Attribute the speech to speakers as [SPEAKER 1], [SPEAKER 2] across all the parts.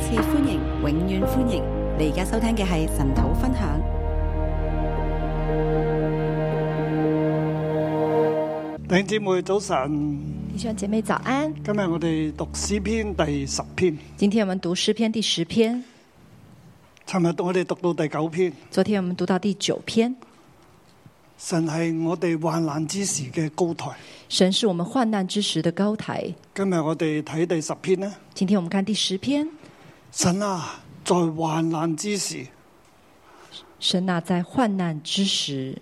[SPEAKER 1] 次歡迎，永遠歡迎！你而家收聽嘅係神土分享。
[SPEAKER 2] 弟兄姊妹早晨，
[SPEAKER 3] 弟兄姐妹早安，
[SPEAKER 2] 今日我哋讀詩篇第十篇，
[SPEAKER 3] 今天我們讀詩篇第十篇，
[SPEAKER 2] 尋日我哋讀到第九篇。
[SPEAKER 3] 昨天我們讀到第九篇。
[SPEAKER 2] 神係我哋患難之時嘅高台。
[SPEAKER 3] 神是我們患難之時的高台。
[SPEAKER 2] 今日我哋睇第十篇呢，
[SPEAKER 3] 今天我們看第十篇，
[SPEAKER 2] 神啊，在患難之時，
[SPEAKER 3] 神啊，在患難之時，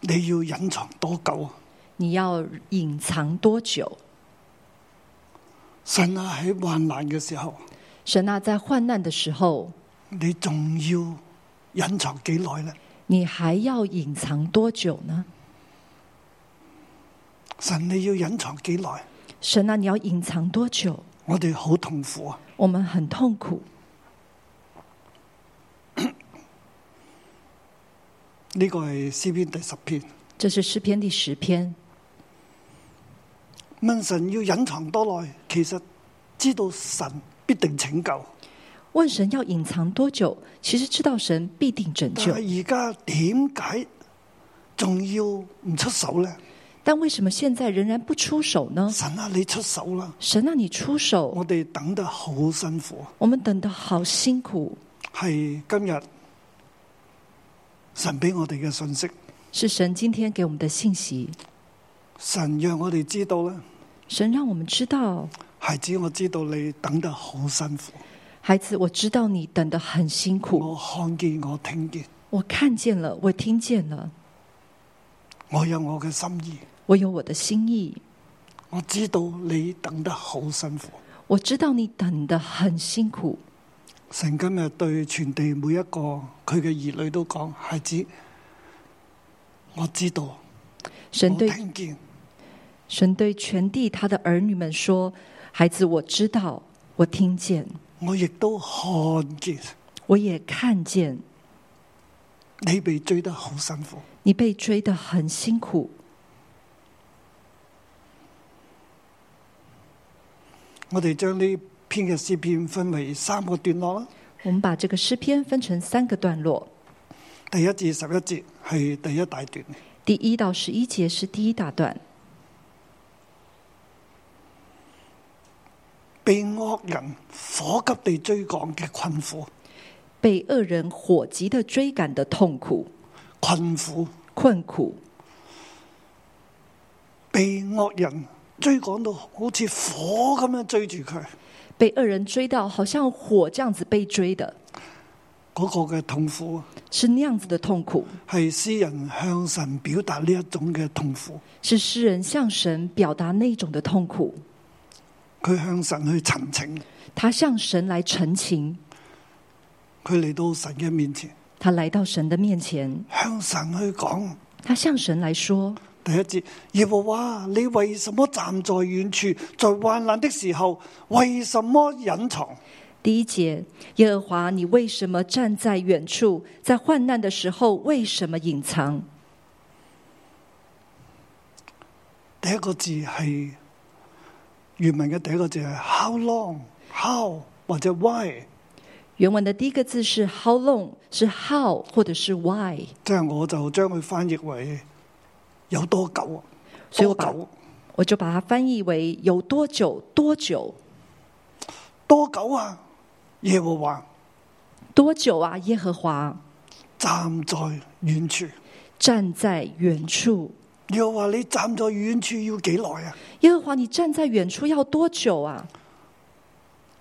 [SPEAKER 2] 你要隱藏多久啊？
[SPEAKER 3] 你要隱藏多久？
[SPEAKER 2] 神啊，喺患難嘅時候，
[SPEAKER 3] 神啊，在患難的時候，
[SPEAKER 2] 你仲要隱藏幾耐呢？
[SPEAKER 3] 你還要隱藏多久呢？
[SPEAKER 2] 神，你要隱藏幾耐？
[SPEAKER 3] 神啊，你要隱藏多久？
[SPEAKER 2] 我哋好痛苦啊！
[SPEAKER 3] 我們很痛苦，
[SPEAKER 2] 呢個係詩篇第十篇。
[SPEAKER 3] 這是詩篇第十篇。
[SPEAKER 2] 問神要隱藏多耐？其實知道神必定拯救，
[SPEAKER 3] 問神要隱藏多久？其實知道神必定拯
[SPEAKER 2] 但
[SPEAKER 3] 救，
[SPEAKER 2] 係而家點解仲要唔出手呢？
[SPEAKER 3] 但為什麼現在仍然不出手呢？
[SPEAKER 2] 神啊，你出手啦！
[SPEAKER 3] 神啊，你出手，
[SPEAKER 2] 我哋等得好辛苦，
[SPEAKER 3] 我們等得好辛苦，
[SPEAKER 2] 係今日神俾我哋嘅信息，
[SPEAKER 3] 是神今天給我們的信息。
[SPEAKER 2] 神讓我哋知道咧，
[SPEAKER 3] 神讓我們知道，
[SPEAKER 2] 孩子，我知道你等得好辛苦，
[SPEAKER 3] 孩子，我知道你等得很辛苦，
[SPEAKER 2] 我看見我聽見，
[SPEAKER 3] 我看見了，我聽見了，
[SPEAKER 2] 我有我嘅心意，
[SPEAKER 3] 我有我的心意，
[SPEAKER 2] 我知道你等得好辛苦。
[SPEAKER 3] 我知道你等得很辛苦。
[SPEAKER 2] 神今日對全地每一個佢嘅兒女都講：孩子，我知道，
[SPEAKER 3] 神
[SPEAKER 2] 我
[SPEAKER 3] 對
[SPEAKER 2] 聽見，
[SPEAKER 3] 神對全地他的兒女們說：孩子，我知道，我聽見，
[SPEAKER 2] 我亦都看見，
[SPEAKER 3] 我也看見
[SPEAKER 2] 你被追得好辛苦。
[SPEAKER 3] 你被追得很辛苦。
[SPEAKER 2] 我哋將呢篇嘅詩篇分為三個段落啦。
[SPEAKER 3] 我們把這個詩篇分成三個段落，
[SPEAKER 2] 第一至十一節係第一大段，
[SPEAKER 3] 第一到十一節是第一大段。
[SPEAKER 2] 被惡人火急地追趕嘅困苦，
[SPEAKER 3] 被惡人火急的追趕的痛苦、
[SPEAKER 2] 困苦
[SPEAKER 3] 困苦，
[SPEAKER 2] 被惡人追趕到好似火咁樣追住佢，
[SPEAKER 3] 被惡人追到好像火這樣子被追的，
[SPEAKER 2] 嗰、個嘅痛苦啊
[SPEAKER 3] 是那樣子的痛苦，
[SPEAKER 2] 係詩人向神表達呢一種嘅痛苦，
[SPEAKER 3] 是詩人向神表達那種的痛苦。
[SPEAKER 2] 佢向神去陳情，
[SPEAKER 3] 他向神來陳情，
[SPEAKER 2] 佢嚟到神嘅面前，
[SPEAKER 3] 他來到神的面前，
[SPEAKER 2] 向神去講。
[SPEAKER 3] 他向神來說
[SPEAKER 2] 第一節，耶和華，你為什麼站在遠處，在患難的時候，為什麼隱藏？：
[SPEAKER 3] 第一節，耶和華，你為什麼站在遠處，在患難的時候為什麼隱藏？
[SPEAKER 2] 第一個字係原文嘅第一個字係 how long，how 或者 why，
[SPEAKER 3] 原文的第一個字是 how long，是 how 或者是 why，
[SPEAKER 2] 即係我就將佢翻譯為有多久啊？
[SPEAKER 3] 所以
[SPEAKER 2] 多
[SPEAKER 3] 我把
[SPEAKER 2] 久？
[SPEAKER 3] 我就把它翻譯為有多久多久
[SPEAKER 2] 多久啊？耶和華
[SPEAKER 3] 多久啊？耶和華
[SPEAKER 2] 站在遠處，
[SPEAKER 3] 站在遠處，
[SPEAKER 2] 耶和華你站在遠處要幾耐啊？
[SPEAKER 3] 耶和華你站在遠處要多久啊？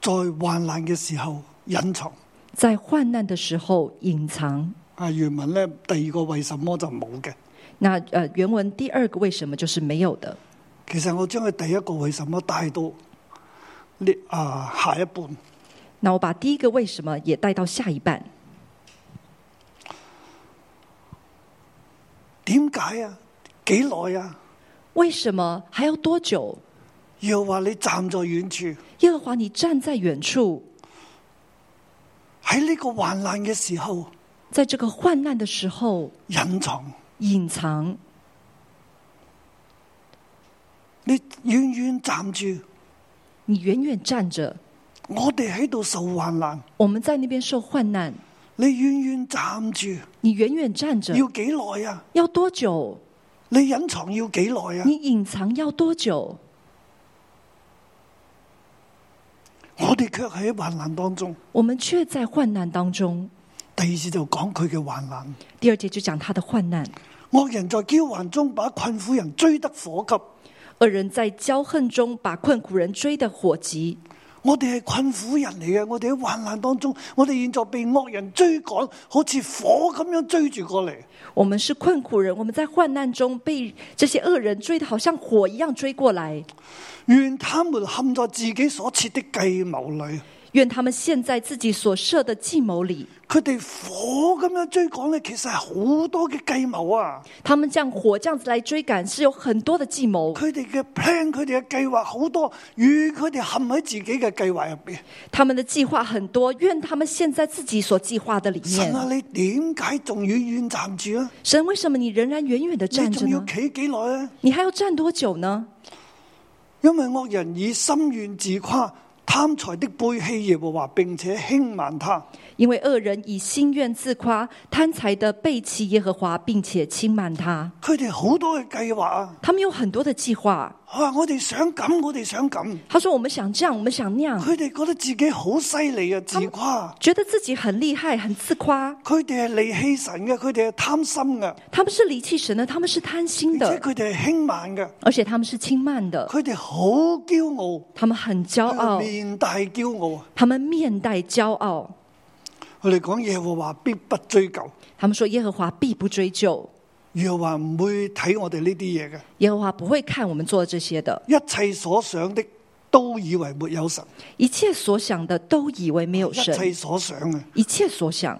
[SPEAKER 2] 在患難嘅時候隱藏。
[SPEAKER 3] 在患難的時候隱藏。
[SPEAKER 2] 啊，原文咧第二個為什麼就冇嘅。
[SPEAKER 3] 那呃，原文第二個為什麼就是沒有的？
[SPEAKER 2] 其實我將佢第一個為什麼帶到呢啊下一半。
[SPEAKER 3] 那我把第一個為什麼也帶到下一半。
[SPEAKER 2] 點解啊？幾耐啊？
[SPEAKER 3] 為什麼還要多久？
[SPEAKER 2] 要話你站在遠處，
[SPEAKER 3] 耶和華你站在遠處，
[SPEAKER 2] 喺呢個患難嘅時候
[SPEAKER 3] 在這個患難的時候
[SPEAKER 2] 隱藏，
[SPEAKER 3] 隱藏。
[SPEAKER 2] 你遠遠站住，
[SPEAKER 3] 你遠遠站着，
[SPEAKER 2] 我哋喺度受患難，
[SPEAKER 3] 我们在那边受患难，
[SPEAKER 2] 你遠遠站住
[SPEAKER 3] 你远远站着
[SPEAKER 2] 要幾耐啊？
[SPEAKER 3] 要多久？
[SPEAKER 2] 你隱藏要幾耐啊
[SPEAKER 3] 你？隐藏要多久？
[SPEAKER 2] 我哋卻喺患難當中。
[SPEAKER 3] 我们却在患难当中。
[SPEAKER 2] 第二次就講佢嘅患難，
[SPEAKER 3] 第二节就讲他的患难，
[SPEAKER 2] 惡人在驕橫中把困苦人追得火急。
[SPEAKER 3] 恶人在骄恨中把困苦人追得火急。
[SPEAKER 2] 我哋係困苦人嚟嘅，我哋喺患難當中，我哋現在被惡人追趕，好似火咁樣追住過嚟。
[SPEAKER 3] 我们是困苦人，我们在患难中被这些恶人追得好像火一样追过来。
[SPEAKER 2] 願他們陷在自己所設的計謀裏。
[SPEAKER 3] 愿他们陷在自己所设的计谋里，
[SPEAKER 2] 佢哋火咁樣追趕咧，其實係好多嘅計謀啊！
[SPEAKER 3] 他们这样火这样子来追赶是有很多的计谋，
[SPEAKER 2] 佢哋嘅 plan，佢哋嘅計劃好多，與佢哋陷喺自己嘅計劃入边。
[SPEAKER 3] 他们的计划很多。愿他们陷在自己所计划的里
[SPEAKER 2] 神啊，
[SPEAKER 3] 面。
[SPEAKER 2] 你點解仲要遠站住啊？
[SPEAKER 3] 神，为什么你仍然远远的
[SPEAKER 2] 你
[SPEAKER 3] 站着
[SPEAKER 2] 仲要
[SPEAKER 3] 呢？
[SPEAKER 2] 企幾耐啊？
[SPEAKER 3] 你还要站多久呢？
[SPEAKER 2] 因為惡人以心願自誇，貪財的背棄耶和華，並且輕慢他。
[SPEAKER 3] 因为恶人以心愿自夸，贪财的背弃耶和华，并且轻慢他。
[SPEAKER 2] 佢哋好多嘅計劃啊！
[SPEAKER 3] 他们有很多的计划。
[SPEAKER 2] 啊，我哋想咁，我哋想咁。
[SPEAKER 3] 他说：“我们想这样，我们想那样，
[SPEAKER 2] 佢哋覺得自己好犀利啊，自誇。
[SPEAKER 3] 觉得自己很厉害，很自夸。
[SPEAKER 2] 佢哋係離棄神嘅，佢哋係貪心嘅。
[SPEAKER 3] 他们是离弃神的，他们是贪心
[SPEAKER 2] 而且
[SPEAKER 3] 的，
[SPEAKER 2] 佢哋係輕慢嘅，
[SPEAKER 3] 而且他们是轻慢的。
[SPEAKER 2] 佢哋好驕傲，
[SPEAKER 3] 他们很骄傲，
[SPEAKER 2] 面大驕傲啊！
[SPEAKER 3] 他们面带骄傲。
[SPEAKER 2] 佢哋講耶和華必不追究，
[SPEAKER 3] 他们说耶和华必不追究，
[SPEAKER 2] 耶和華唔會睇我哋呢啲嘢嘅，
[SPEAKER 3] 耶和华不会看我们做这些的，
[SPEAKER 2] 一切所想的都以為沒有神，
[SPEAKER 3] 一切所想的都以为没有
[SPEAKER 2] 啊一切
[SPEAKER 3] 神，
[SPEAKER 2] 所想嘅，
[SPEAKER 3] 一切所想。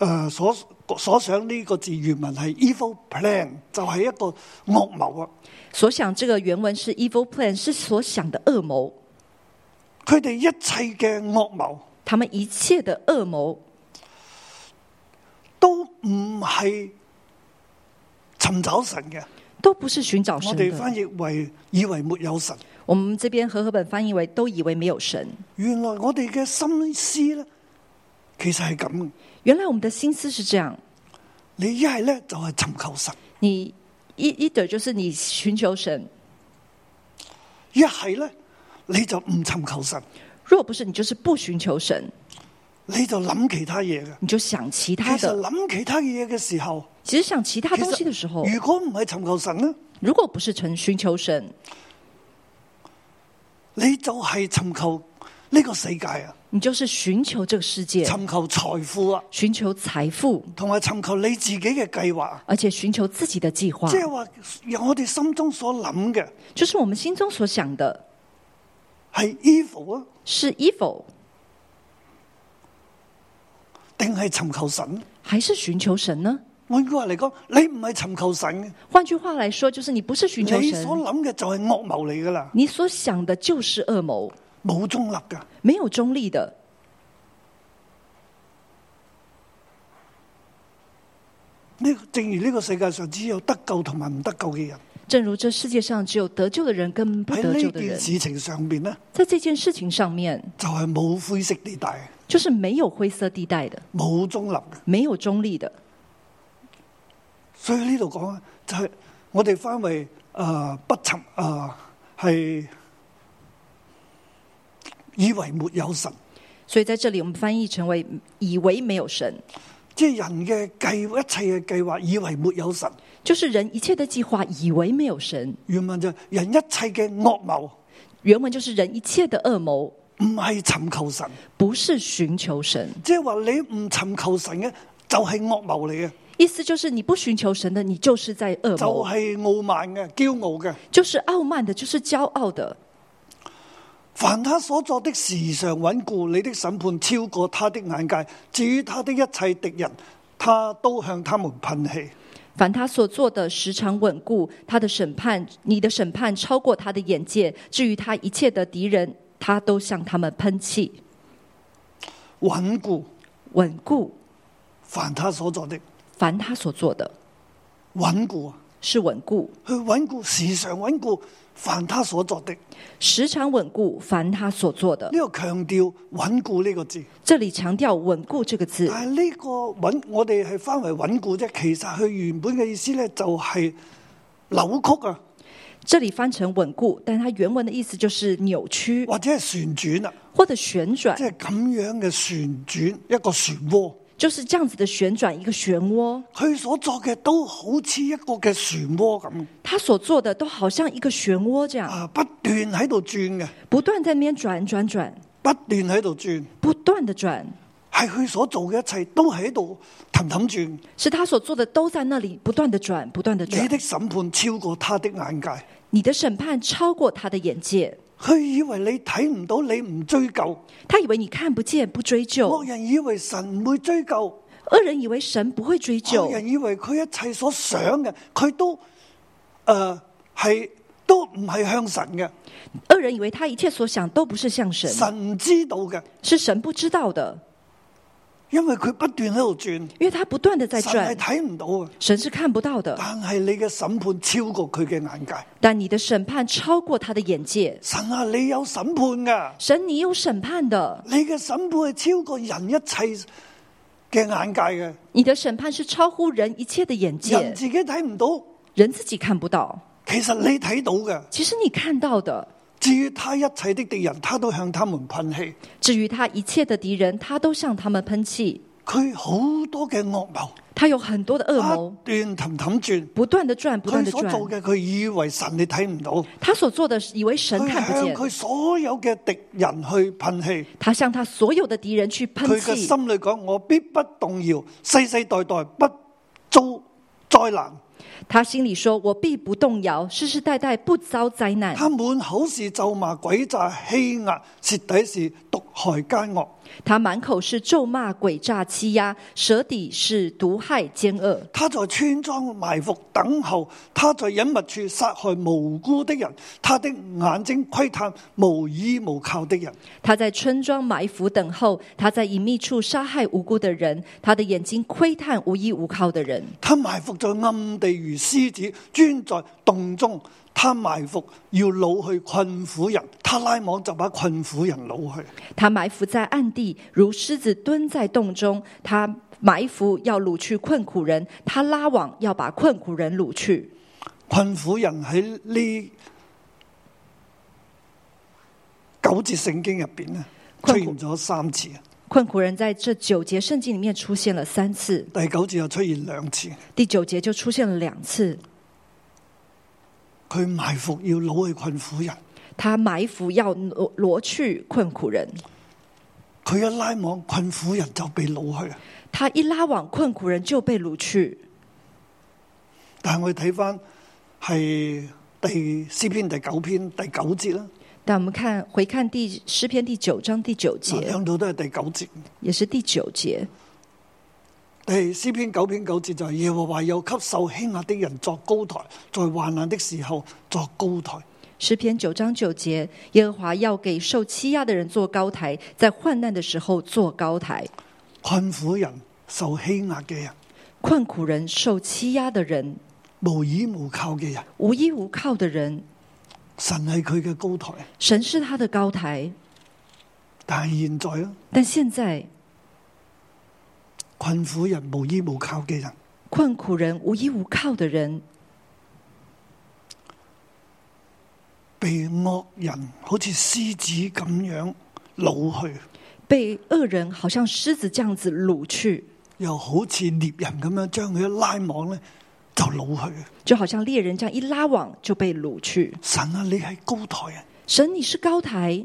[SPEAKER 2] 诶、所所想呢個字原文係 evil plan，就係一個惡謀啊！
[SPEAKER 3] 所想这个原文是 evil plan，是所想的恶谋。
[SPEAKER 2] 佢哋一切嘅惡謀
[SPEAKER 3] 他们一切的恶谋
[SPEAKER 2] 都唔係尋找神嘅，
[SPEAKER 3] 都不是寻找
[SPEAKER 2] 我
[SPEAKER 3] 神
[SPEAKER 2] 哋翻
[SPEAKER 3] 的。
[SPEAKER 2] 譯為以為沒有神。
[SPEAKER 3] 我们这边和合本翻译为都以为没有神。
[SPEAKER 2] 原來我哋嘅心思咧，其實係咁嘅。
[SPEAKER 3] 原来我们的心思是这样：
[SPEAKER 2] 你一係咧就係尋求神，
[SPEAKER 3] 你一一的就是你寻求神，
[SPEAKER 2] 一係咧你就唔尋求神，
[SPEAKER 3] 若不是你就是不寻求神，
[SPEAKER 2] 你就諗其他嘢嘅。
[SPEAKER 3] 你就想其他
[SPEAKER 2] 其實
[SPEAKER 3] 的。
[SPEAKER 2] 諗其他嘢嘅時候，
[SPEAKER 3] 其实想其他
[SPEAKER 2] 其
[SPEAKER 3] 东
[SPEAKER 2] 實
[SPEAKER 3] 西的时候，
[SPEAKER 2] 如果唔係尋求神咧，
[SPEAKER 3] 如果不是寻寻求神，
[SPEAKER 2] 你就係尋求呢個世界啊，
[SPEAKER 3] 你就是寻求这个世界，
[SPEAKER 2] 尋求財富啊，
[SPEAKER 3] 寻求财富，
[SPEAKER 2] 同埋尋求你自己嘅計劃啊。
[SPEAKER 3] 而且寻求自己的计划
[SPEAKER 2] 即，係話，我哋心中所諗嘅
[SPEAKER 3] 就是我们心中所想的
[SPEAKER 2] 係 evil 啊，
[SPEAKER 3] 是 evil
[SPEAKER 2] 定係尋求神？
[SPEAKER 3] 还是寻求神呢？
[SPEAKER 2] 換句話嚟講，你唔係尋求神嘅，
[SPEAKER 3] 换句话来说，就是你不是寻求
[SPEAKER 2] 你所
[SPEAKER 3] 神，
[SPEAKER 2] 諗嘅就係惡謀嚟噶啦。
[SPEAKER 3] 你所想的就是恶谋，
[SPEAKER 2] 冇中立噶，
[SPEAKER 3] 没有中立的。
[SPEAKER 2] 呢正如呢個世界上只有得救同埋唔得救嘅人，
[SPEAKER 3] 正如这世界上只有得救的人跟不
[SPEAKER 2] 喺
[SPEAKER 3] 得救
[SPEAKER 2] 呢
[SPEAKER 3] 的人
[SPEAKER 2] 件，事情上面呢，
[SPEAKER 3] 在这件事情上面，
[SPEAKER 2] 就係冇灰色地帶，
[SPEAKER 3] 就是没有灰色地带的，
[SPEAKER 2] 冇中立嘅。
[SPEAKER 3] 没有中立的。
[SPEAKER 2] 所以呢度講就係呃我哋翻為誒呃不尋誒係以為沒有神，
[SPEAKER 3] 所以在这里，我们翻译成为以为没有神，
[SPEAKER 2] 即係人嘅計一切嘅計劃，以為沒有神。
[SPEAKER 3] 就是人一切的计划以为没有神。
[SPEAKER 2] 原文就係人一切嘅惡謀，
[SPEAKER 3] 原文就是人一切的恶谋，
[SPEAKER 2] 唔係尋求神，
[SPEAKER 3] 不是寻求神。
[SPEAKER 2] 即係話你唔尋求神嘅就係惡謀嚟嘅，
[SPEAKER 3] 意思就是你不寻求神的，你就是在恶
[SPEAKER 2] 就
[SPEAKER 3] 谋，
[SPEAKER 2] 係、傲慢嘅、驕傲嘅。
[SPEAKER 3] 就是傲慢的，就是骄傲的。
[SPEAKER 2] 凡他所作的時常穩固，你的審判超過他的眼界。至於他的一切敵人，他都向他們噴氣。
[SPEAKER 3] 凡他所做的时常稳固，他的审判，你的审判超过他的眼界。至于他一切的敌人，他都向他们喷气。
[SPEAKER 2] 穩固，
[SPEAKER 3] 稳固，
[SPEAKER 2] 凡他所作的
[SPEAKER 3] 凡他所做的
[SPEAKER 2] 穩固啊，
[SPEAKER 3] 是稳固，
[SPEAKER 2] 去稳固，時常穩固凡他所作的。呢、
[SPEAKER 3] 时常稳固凡他所做的。
[SPEAKER 2] 個強調穩固呢個字，
[SPEAKER 3] 这里强调“稳固”这个字，
[SPEAKER 2] 但係呢個穩，我哋係翻為穩固啫。其實佢原本嘅意思咧就係扭曲啊，
[SPEAKER 3] 这里翻成“稳固”，但它原文的意思就是扭曲
[SPEAKER 2] 或者係旋轉啊，
[SPEAKER 3] 或者旋转
[SPEAKER 2] 即，係咁樣嘅旋轉一個漩渦。
[SPEAKER 3] 就是这样子的旋转一个漩涡。
[SPEAKER 2] 佢所作嘅都好似一個嘅漩渦咁
[SPEAKER 3] 他所做的都好像一个漩涡这样，
[SPEAKER 2] 啊，不斷喺度轉嘅，
[SPEAKER 3] 不断在那边转转转，
[SPEAKER 2] 不斷喺度轉，
[SPEAKER 3] 不断的转，
[SPEAKER 2] 係佢所做嘅一切都喺度氹氹轉。
[SPEAKER 3] 是他所做的都在那里不断的转，不断的转
[SPEAKER 2] 你。的審判超過他的眼界，
[SPEAKER 3] 你的审判超过他的眼界，
[SPEAKER 2] 佢以為你睇唔到，你唔追究。
[SPEAKER 3] 他以为你看不见不追究
[SPEAKER 2] 惡，人以為神唔會追究，
[SPEAKER 3] 恶人以为神不会追究
[SPEAKER 2] 惡，人以為佢一切所想嘅，佢都诶系、都唔係向神嘅，
[SPEAKER 3] 恶人以为他一切所想都不是像神，
[SPEAKER 2] 神唔知道嘅，
[SPEAKER 3] 是神不知道的，
[SPEAKER 2] 因為佢不斷喺度轉，
[SPEAKER 3] 因为他不断的在
[SPEAKER 2] 神係
[SPEAKER 3] 转，
[SPEAKER 2] 睇唔到嘅。
[SPEAKER 3] 神是看不到的。
[SPEAKER 2] 但係你嘅審判超過佢嘅眼界，
[SPEAKER 3] 但你的审判超过他的眼界，
[SPEAKER 2] 神啊，你有審判噶，
[SPEAKER 3] 神你有审判的，
[SPEAKER 2] 你嘅審判係超過人一切嘅眼界嘅，
[SPEAKER 3] 你的审判是超乎人一切的眼界
[SPEAKER 2] 人，自己睇唔到，
[SPEAKER 3] 人自己看不到，
[SPEAKER 2] 其實你睇到嘅。
[SPEAKER 3] 其实你看到的。
[SPEAKER 2] 至於他一切的敵人，他都向他們噴氣。
[SPEAKER 3] 至于他一切的敌人，他都向他们喷气，
[SPEAKER 2] 佢好多嘅惡謀，
[SPEAKER 3] 他有很多的恶
[SPEAKER 2] 不
[SPEAKER 3] 谋，
[SPEAKER 2] 斷氹氹轉。
[SPEAKER 3] 不断的转，不断
[SPEAKER 2] 佢
[SPEAKER 3] 的
[SPEAKER 2] 所
[SPEAKER 3] 转。
[SPEAKER 2] 做嘅，佢以為神你睇唔到，
[SPEAKER 3] 他所做的是以为神
[SPEAKER 2] 佢
[SPEAKER 3] 看不
[SPEAKER 2] 向
[SPEAKER 3] 见，
[SPEAKER 2] 佢所有嘅敵人去噴氣。
[SPEAKER 3] 他向他所有的敌人去喷
[SPEAKER 2] 佢嘅
[SPEAKER 3] 气。
[SPEAKER 2] 心裏講：我必不動搖，世世代代不遭災難。
[SPEAKER 3] 他心里说：“我必不动摇，世世代代不遭灾难。
[SPEAKER 2] 他滿口是咒罵、詭詐、欺壓，徹底是毒害奸惡。”
[SPEAKER 3] 他满口是咒骂、诡诈、欺压，舌底是毒害、奸恶。
[SPEAKER 2] 他在村莊埋伏等候，他在隱密處殺害無辜的人，他的眼睛窺探無依無靠的人。
[SPEAKER 3] 他在村庄埋伏等候，他在隐秘处杀害无辜的人，他的眼睛窥探无依无靠的人。
[SPEAKER 2] 他埋伏在暗地如獅子，專在洞中。他埋伏要擄去困苦人，他拉網就把困苦人擄去。
[SPEAKER 3] 他埋伏在暗地，如狮子蹲在洞中。他埋伏要掳去困苦人，他拉网要把困苦人掳去。
[SPEAKER 2] 困苦人喺呢九節聖經入邊咧，出
[SPEAKER 3] 困苦
[SPEAKER 2] 現咗三次。
[SPEAKER 3] 困苦人在这九节圣经里面出现了三次，
[SPEAKER 2] 第九節又出現兩次。
[SPEAKER 3] 第九节就出现了两次。
[SPEAKER 2] 佢埋伏要擄去困苦人。
[SPEAKER 3] 他埋伏要挪挪去困苦人，
[SPEAKER 2] 佢一拉網，困苦人就被掳去。啊
[SPEAKER 3] 他一拉网，困苦人就被掳去。
[SPEAKER 2] 但係我哋睇翻係第詩篇第九篇第九節啦，
[SPEAKER 3] 但我们看回看第诗篇第九章第九
[SPEAKER 2] 嗱
[SPEAKER 3] 节，
[SPEAKER 2] 啊兩度都係第九節。
[SPEAKER 3] 也是第九节。
[SPEAKER 2] 第詩篇九篇九節就係耶和華又給受欺壓的人作高台，在患難的時候作高台。
[SPEAKER 3] 诗篇九章九节，耶和华要给受欺压的人做高台，在患难的时候做高台。
[SPEAKER 2] 困苦人、受欺壓嘅人、
[SPEAKER 3] 困苦人、受欺压的人、
[SPEAKER 2] 無依無靠嘅人，
[SPEAKER 3] 无依无靠的人，
[SPEAKER 2] 神係佢嘅高台。
[SPEAKER 3] 神是他的高台。
[SPEAKER 2] 但係現在啊咧，
[SPEAKER 3] 但现在
[SPEAKER 2] 困苦人、無依無靠嘅人，
[SPEAKER 3] 困苦人、无依无靠的人，
[SPEAKER 2] 被惡人好似獅子咁樣擄去。
[SPEAKER 3] 被恶人好像狮子这样子掳去，
[SPEAKER 2] 又好似獵人咁樣將佢一拉網咧，就擄佢。
[SPEAKER 3] 就好像猎人这样一拉网就被掳去。
[SPEAKER 2] 神啊，你係高台啊！
[SPEAKER 3] 神，你是高台，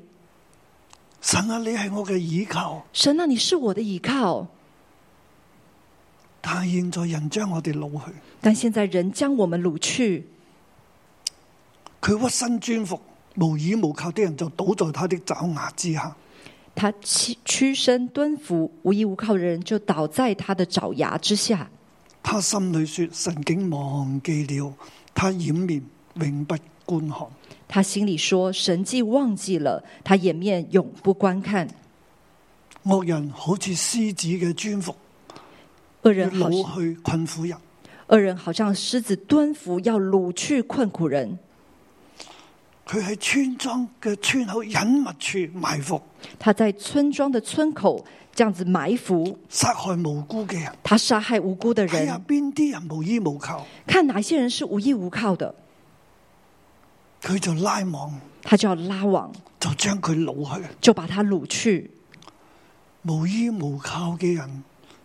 [SPEAKER 2] 神啊，你係我嘅倚靠。
[SPEAKER 3] 神啊，你是我的依靠。
[SPEAKER 2] 但係現在人將我哋擄去，
[SPEAKER 3] 但现在人将我们掳去，
[SPEAKER 2] 佢屈身專服，無倚無靠啲人就倒在他的爪牙之下。
[SPEAKER 3] 他屈屈身蹲伏，无依无靠的人就倒在他的爪牙之下。
[SPEAKER 2] 他心裏說：神竟忘記了，他掩面永不觀看。
[SPEAKER 3] 他心里说：“神既忘记了，他掩面永不观看。
[SPEAKER 2] 惡人好似獅子嘅專服，要
[SPEAKER 3] 恶人好像
[SPEAKER 2] 擄去困苦人。
[SPEAKER 3] 恶人好像狮子蹲伏，要掳去困苦人。
[SPEAKER 2] 佢喺村莊嘅村口隱密處埋伏，
[SPEAKER 3] 他在村庄的村口这样子埋伏，
[SPEAKER 2] 殺害無辜嘅人。
[SPEAKER 3] 他杀害无辜的
[SPEAKER 2] 睇下
[SPEAKER 3] 人。
[SPEAKER 2] 邊哎啲人無依無靠，
[SPEAKER 3] 看哪些人是无依无靠的，
[SPEAKER 2] 佢就拉網，
[SPEAKER 3] 他就要拉网，
[SPEAKER 2] 就將佢掳去。
[SPEAKER 3] 就把他掳去。
[SPEAKER 2] 無依無靠嘅人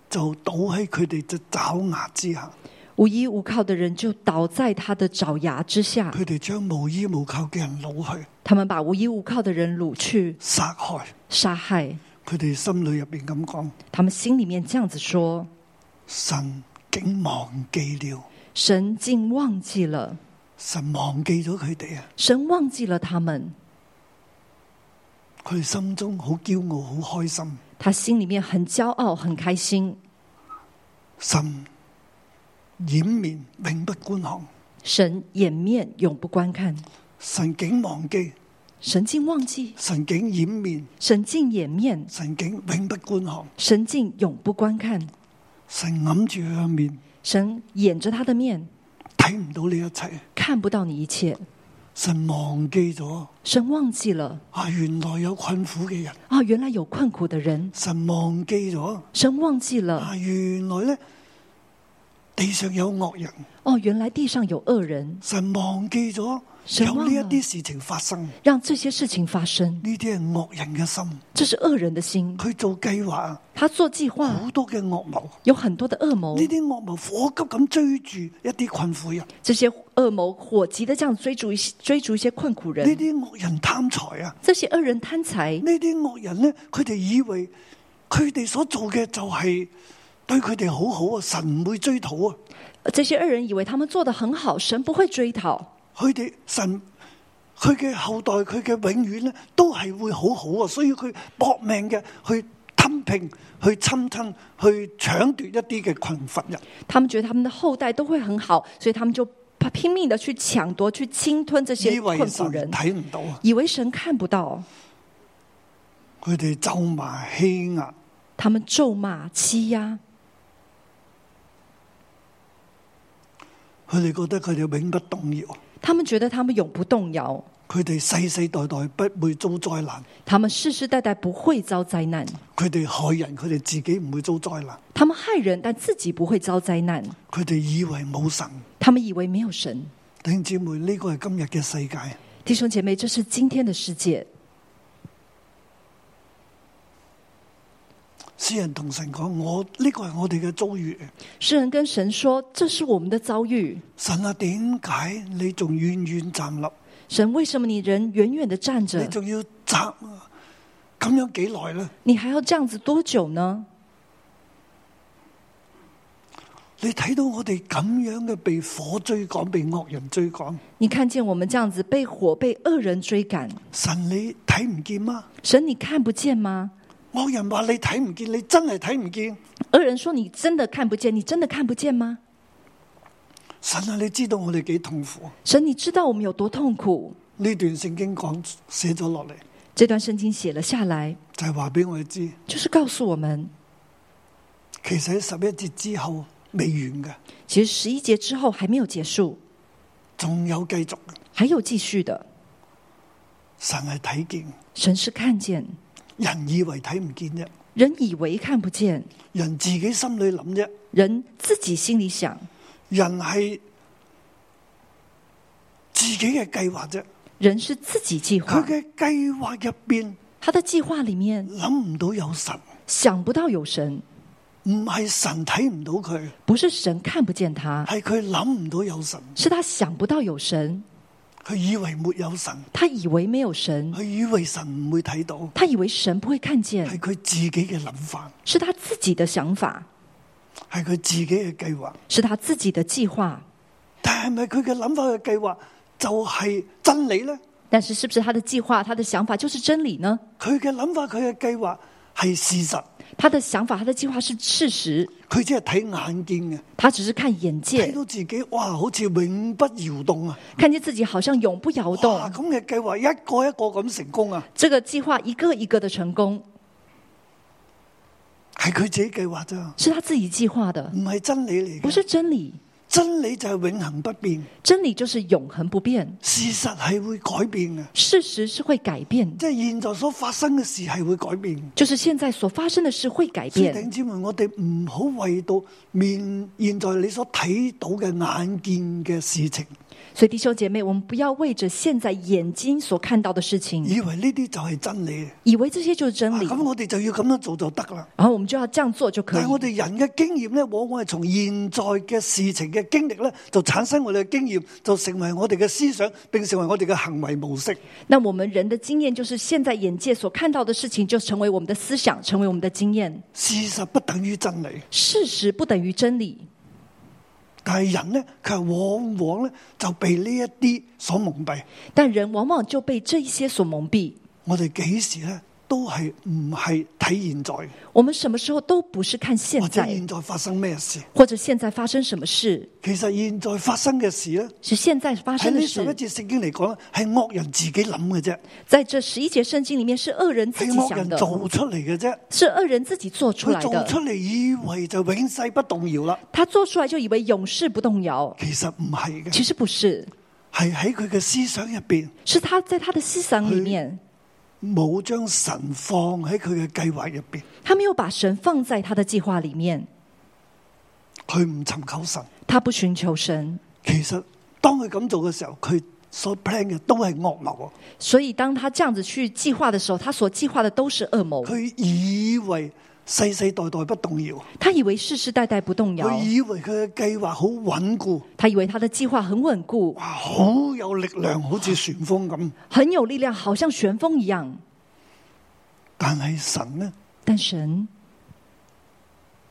[SPEAKER 2] 就倒喺佢哋隻爪牙之下，
[SPEAKER 3] 无依无靠的人就倒在他的爪牙之下，
[SPEAKER 2] 佢哋將無依無靠嘅人掳去
[SPEAKER 3] 他们把无依无靠的人掳去
[SPEAKER 2] 殺害。
[SPEAKER 3] 杀害。
[SPEAKER 2] 佢哋心裏入边咁講：
[SPEAKER 3] 他们心里面这样子说：
[SPEAKER 2] 神竟忘記了，
[SPEAKER 3] 神竟忘记了，
[SPEAKER 2] 神忘記咗佢哋啊！
[SPEAKER 3] 神忘记了他们。
[SPEAKER 2] 佢哋心中好驕傲，好開心。
[SPEAKER 3] 他心里面很骄傲，很开心。
[SPEAKER 2] 神掩面，永不觀看。
[SPEAKER 3] 神掩面，永不观看。
[SPEAKER 2] 神竟忘記，
[SPEAKER 3] 神竟忘记，
[SPEAKER 2] 神竟掩面，
[SPEAKER 3] 神竟掩面，
[SPEAKER 2] 神竟永不觀看。
[SPEAKER 3] 神竟永不观看。
[SPEAKER 2] 神揞住佢嘅面，
[SPEAKER 3] 神掩着他的面，
[SPEAKER 2] 睇唔到呢一切。
[SPEAKER 3] 看不到你一切。
[SPEAKER 2] 神忘記咗
[SPEAKER 3] 神忘记了
[SPEAKER 2] 啊！原來有困苦嘅人，
[SPEAKER 3] 啊，原来有困苦的人。
[SPEAKER 2] 神忘記咗
[SPEAKER 3] 神忘记了
[SPEAKER 2] 啊！原來咧地上有惡人，
[SPEAKER 3] 哦，原来地上有恶人，
[SPEAKER 2] 神忘記咗
[SPEAKER 3] 神
[SPEAKER 2] 有
[SPEAKER 3] 忘啊
[SPEAKER 2] 呢
[SPEAKER 3] 了
[SPEAKER 2] 一啲事情發生。
[SPEAKER 3] 让这些事情发生。
[SPEAKER 2] 呢啲係惡人嘅心，
[SPEAKER 3] 这是恶人的心，
[SPEAKER 2] 佢做計劃，啊
[SPEAKER 3] 他做计划
[SPEAKER 2] 好多嘅惡謀。呢
[SPEAKER 3] 有很多的恶谋，
[SPEAKER 2] 啲惡謀火急咁追住一啲困苦人，呢
[SPEAKER 3] 这些恶谋火急的这样追逐一些追逐一些困苦人。
[SPEAKER 2] 啲惡人貪財啊！
[SPEAKER 3] 这些恶人贪财，
[SPEAKER 2] 呢啲惡人呢，佢哋以為佢哋所做嘅就係對佢哋好好啊，神唔會追討啊！
[SPEAKER 3] 这些恶人以为他们做的很好，神不会追讨。
[SPEAKER 2] 佢哋神佢嘅後代，佢嘅永遠咧都係會好好啊，所以佢搏命嘅去吞並、去侵吞、去搶奪一啲嘅群乏人。
[SPEAKER 3] 他们觉得他们的后代都会很好，所以他们就拼命的去抢夺、去侵吞这
[SPEAKER 2] 以
[SPEAKER 3] 些
[SPEAKER 2] 為
[SPEAKER 3] 困苦
[SPEAKER 2] 神
[SPEAKER 3] 人，
[SPEAKER 2] 睇唔到啊，
[SPEAKER 3] 以为神看不到，
[SPEAKER 2] 佢哋咒罵欺壓，
[SPEAKER 3] 他们咒骂、欺压，
[SPEAKER 2] 佢哋覺得佢哋永不動搖，
[SPEAKER 3] 他们觉得他们永不动摇，
[SPEAKER 2] 佢哋世世代代不會遭災難，
[SPEAKER 3] 他们世世代代不会遭灾难，
[SPEAKER 2] 佢哋害人，佢哋自己唔會遭災難，
[SPEAKER 3] 他们害人，但自己不会遭灾难，
[SPEAKER 2] 佢哋以為冇神。
[SPEAKER 3] 他们以为没有神。
[SPEAKER 2] 弟兄姊妹，呢、個係今日嘅世界，
[SPEAKER 3] 弟兄姐妹，这是今天的世界。
[SPEAKER 2] 詩人同神講：我呢、個係我哋嘅遭遇。
[SPEAKER 3] 诗人跟神说：“这是我们的遭遇。
[SPEAKER 2] 神啊，點解你仲遠遠站立？
[SPEAKER 3] 神，为什么你人远远的站
[SPEAKER 2] 你
[SPEAKER 3] 着？
[SPEAKER 2] 仲要站啊？咁樣幾耐呢？
[SPEAKER 3] 你还要这样子多久呢？
[SPEAKER 2] 你睇到我哋咁樣嘅被火追趕，被惡人追趕，
[SPEAKER 3] 你看见我们这样子被火、被恶人追赶，
[SPEAKER 2] 神你睇唔見嗎？
[SPEAKER 3] 神你看不见吗？
[SPEAKER 2] 惡人話你睇唔見，你真係睇唔見。
[SPEAKER 3] 恶人说你真的看不见，你真的看不见吗？
[SPEAKER 2] 神啊，你知道我哋幾痛苦。
[SPEAKER 3] 神，你知道我们有多痛苦。
[SPEAKER 2] 呢段聖經講寫咗落嚟，
[SPEAKER 3] 这段圣经写了下来，
[SPEAKER 2] 就係話俾我哋知，
[SPEAKER 3] 就是告诉我们，
[SPEAKER 2] 其實喺十一節之後未完嘅，
[SPEAKER 3] 其实十一节之后还没有结束，
[SPEAKER 2] 仲有繼續嘅。
[SPEAKER 3] 还有继续的。
[SPEAKER 2] 神係睇見，
[SPEAKER 3] 神是看见，
[SPEAKER 2] 人以為睇唔見啫，
[SPEAKER 3] 人以为看不见，
[SPEAKER 2] 人自己心裏諗啫。
[SPEAKER 3] 人自己心里想，
[SPEAKER 2] 人系自己嘅計劃啫，
[SPEAKER 3] 人是自己计
[SPEAKER 2] 佢
[SPEAKER 3] 划，
[SPEAKER 2] 嘅計劃入邊
[SPEAKER 3] 他的计划里面
[SPEAKER 2] 諗唔到有神，
[SPEAKER 3] 想不到有神，
[SPEAKER 2] 唔係神睇唔到佢，
[SPEAKER 3] 不是神看不见他，
[SPEAKER 2] 係佢諗唔到有神，
[SPEAKER 3] 是他想不到有神，
[SPEAKER 2] 佢以為沒有神，
[SPEAKER 3] 他以为没有神，
[SPEAKER 2] 佢以為神唔會睇到，
[SPEAKER 3] 他以为神不会看
[SPEAKER 2] 係
[SPEAKER 3] 见，
[SPEAKER 2] 佢自己嘅諗法，
[SPEAKER 3] 是他自己的想法，
[SPEAKER 2] 係佢自己嘅計劃。
[SPEAKER 3] 是他自己的计划。
[SPEAKER 2] 但係咪佢嘅諗法嘅計劃就係真理呢？
[SPEAKER 3] 但是，是不是他的计划、他的想法就是真理呢？
[SPEAKER 2] 佢嘅諗法、佢嘅計劃係事實，
[SPEAKER 3] 他的想法、他的计划是事实，
[SPEAKER 2] 佢只係睇眼見嘅，
[SPEAKER 3] 他只是看眼
[SPEAKER 2] 睇
[SPEAKER 3] 界，
[SPEAKER 2] 到自己哇，好似永不搖動啊！
[SPEAKER 3] 看见自己好像永不摇
[SPEAKER 2] 哇！
[SPEAKER 3] 动。
[SPEAKER 2] 咁嘅計劃一個一個咁成功啊，
[SPEAKER 3] 这个计划一个一个的成功，
[SPEAKER 2] 係佢自己計劃咋，
[SPEAKER 3] 是他自己计划的，嗯
[SPEAKER 2] 唔係真理嚟
[SPEAKER 3] 不
[SPEAKER 2] 嘅。
[SPEAKER 3] 是真理。
[SPEAKER 2] 真理就係永恒不變，
[SPEAKER 3] 真理就是永恒不变，
[SPEAKER 2] 事實係會改變嘅，
[SPEAKER 3] 事实是会改变，
[SPEAKER 2] 即係現在所發生嘅事係會改變。
[SPEAKER 3] 就是现在所发生的事会改
[SPEAKER 2] 所以弟
[SPEAKER 3] 变
[SPEAKER 2] 兄。姊妹，我哋唔好為到面現在你所睇到嘅眼見嘅事情，
[SPEAKER 3] 所以弟兄姐妹，我们不要为着现在眼睛所看到的事情，
[SPEAKER 2] 以為呢啲就係真理。
[SPEAKER 3] 以为这些就是真
[SPEAKER 2] 啊
[SPEAKER 3] 理，
[SPEAKER 2] 咁、我哋就要咁樣做就得啦。
[SPEAKER 3] 然后我们就要这样做就可
[SPEAKER 2] 但
[SPEAKER 3] 以
[SPEAKER 2] 係。我哋人嘅經驗咧，往往係從現在嘅事情嘅經歷咧，就產生我哋嘅經驗，就成為我哋嘅思想，並成為我哋嘅行為模式。
[SPEAKER 3] 那我们人的经验就是现在眼界所看到的事情，就成为我们的思想，成为我们的经验。
[SPEAKER 2] 事實不等於真理，
[SPEAKER 3] 事实不等于真理，
[SPEAKER 2] 但係人咧，佢係往往咧就被呢一啲所蒙蔽。
[SPEAKER 3] 但人往往就被这一些所蒙蔽。
[SPEAKER 2] 我哋幾時咧都係唔係睇現在，
[SPEAKER 3] 我们什么时候都不是看现
[SPEAKER 2] 或者
[SPEAKER 3] 在，
[SPEAKER 2] 現在發生咩事。
[SPEAKER 3] 或者现在发生什么事，
[SPEAKER 2] 其實現在發生嘅事咧，
[SPEAKER 3] 是现在发
[SPEAKER 2] 喺
[SPEAKER 3] 生的
[SPEAKER 2] 呢十一
[SPEAKER 3] 事。
[SPEAKER 2] 節聖經嚟講咧，係惡人自己諗嘅啫，
[SPEAKER 3] 在这十一节圣经里面，是恶人自
[SPEAKER 2] 係
[SPEAKER 3] 己
[SPEAKER 2] 惡
[SPEAKER 3] 想
[SPEAKER 2] 人
[SPEAKER 3] 的，
[SPEAKER 2] 做出嚟嘅啫。
[SPEAKER 3] 是恶人自己做出
[SPEAKER 2] 佢
[SPEAKER 3] 来
[SPEAKER 2] 做
[SPEAKER 3] 的。
[SPEAKER 2] 出嚟以為就永世不動搖啦，
[SPEAKER 3] 他做出来就以为永世不动摇，
[SPEAKER 2] 其實唔係嘅，
[SPEAKER 3] 其实不是，
[SPEAKER 2] 係喺佢嘅思想入边
[SPEAKER 3] 是他在他的思想里面，
[SPEAKER 2] 冇將神放喺佢嘅計劃入边，
[SPEAKER 3] 他没有把神放在他的计划里面，
[SPEAKER 2] 佢唔尋求神。
[SPEAKER 3] 他不寻求神。
[SPEAKER 2] 其實當佢咁做嘅時候，佢所 plan 嘅都係惡謀啊！
[SPEAKER 3] 所以，当他这样子去计划的时候，他所计划的都是恶谋。
[SPEAKER 2] 佢以為世世代代不動搖，
[SPEAKER 3] 他以为世世代代不动摇
[SPEAKER 2] 佢，以為佢嘅計劃好穩固，
[SPEAKER 3] 他以为他的计划很稳固
[SPEAKER 2] 哇，，好有力量，好似旋風咁。
[SPEAKER 3] 很有力量，好像旋风一样。
[SPEAKER 2] 但係神呢，
[SPEAKER 3] 但神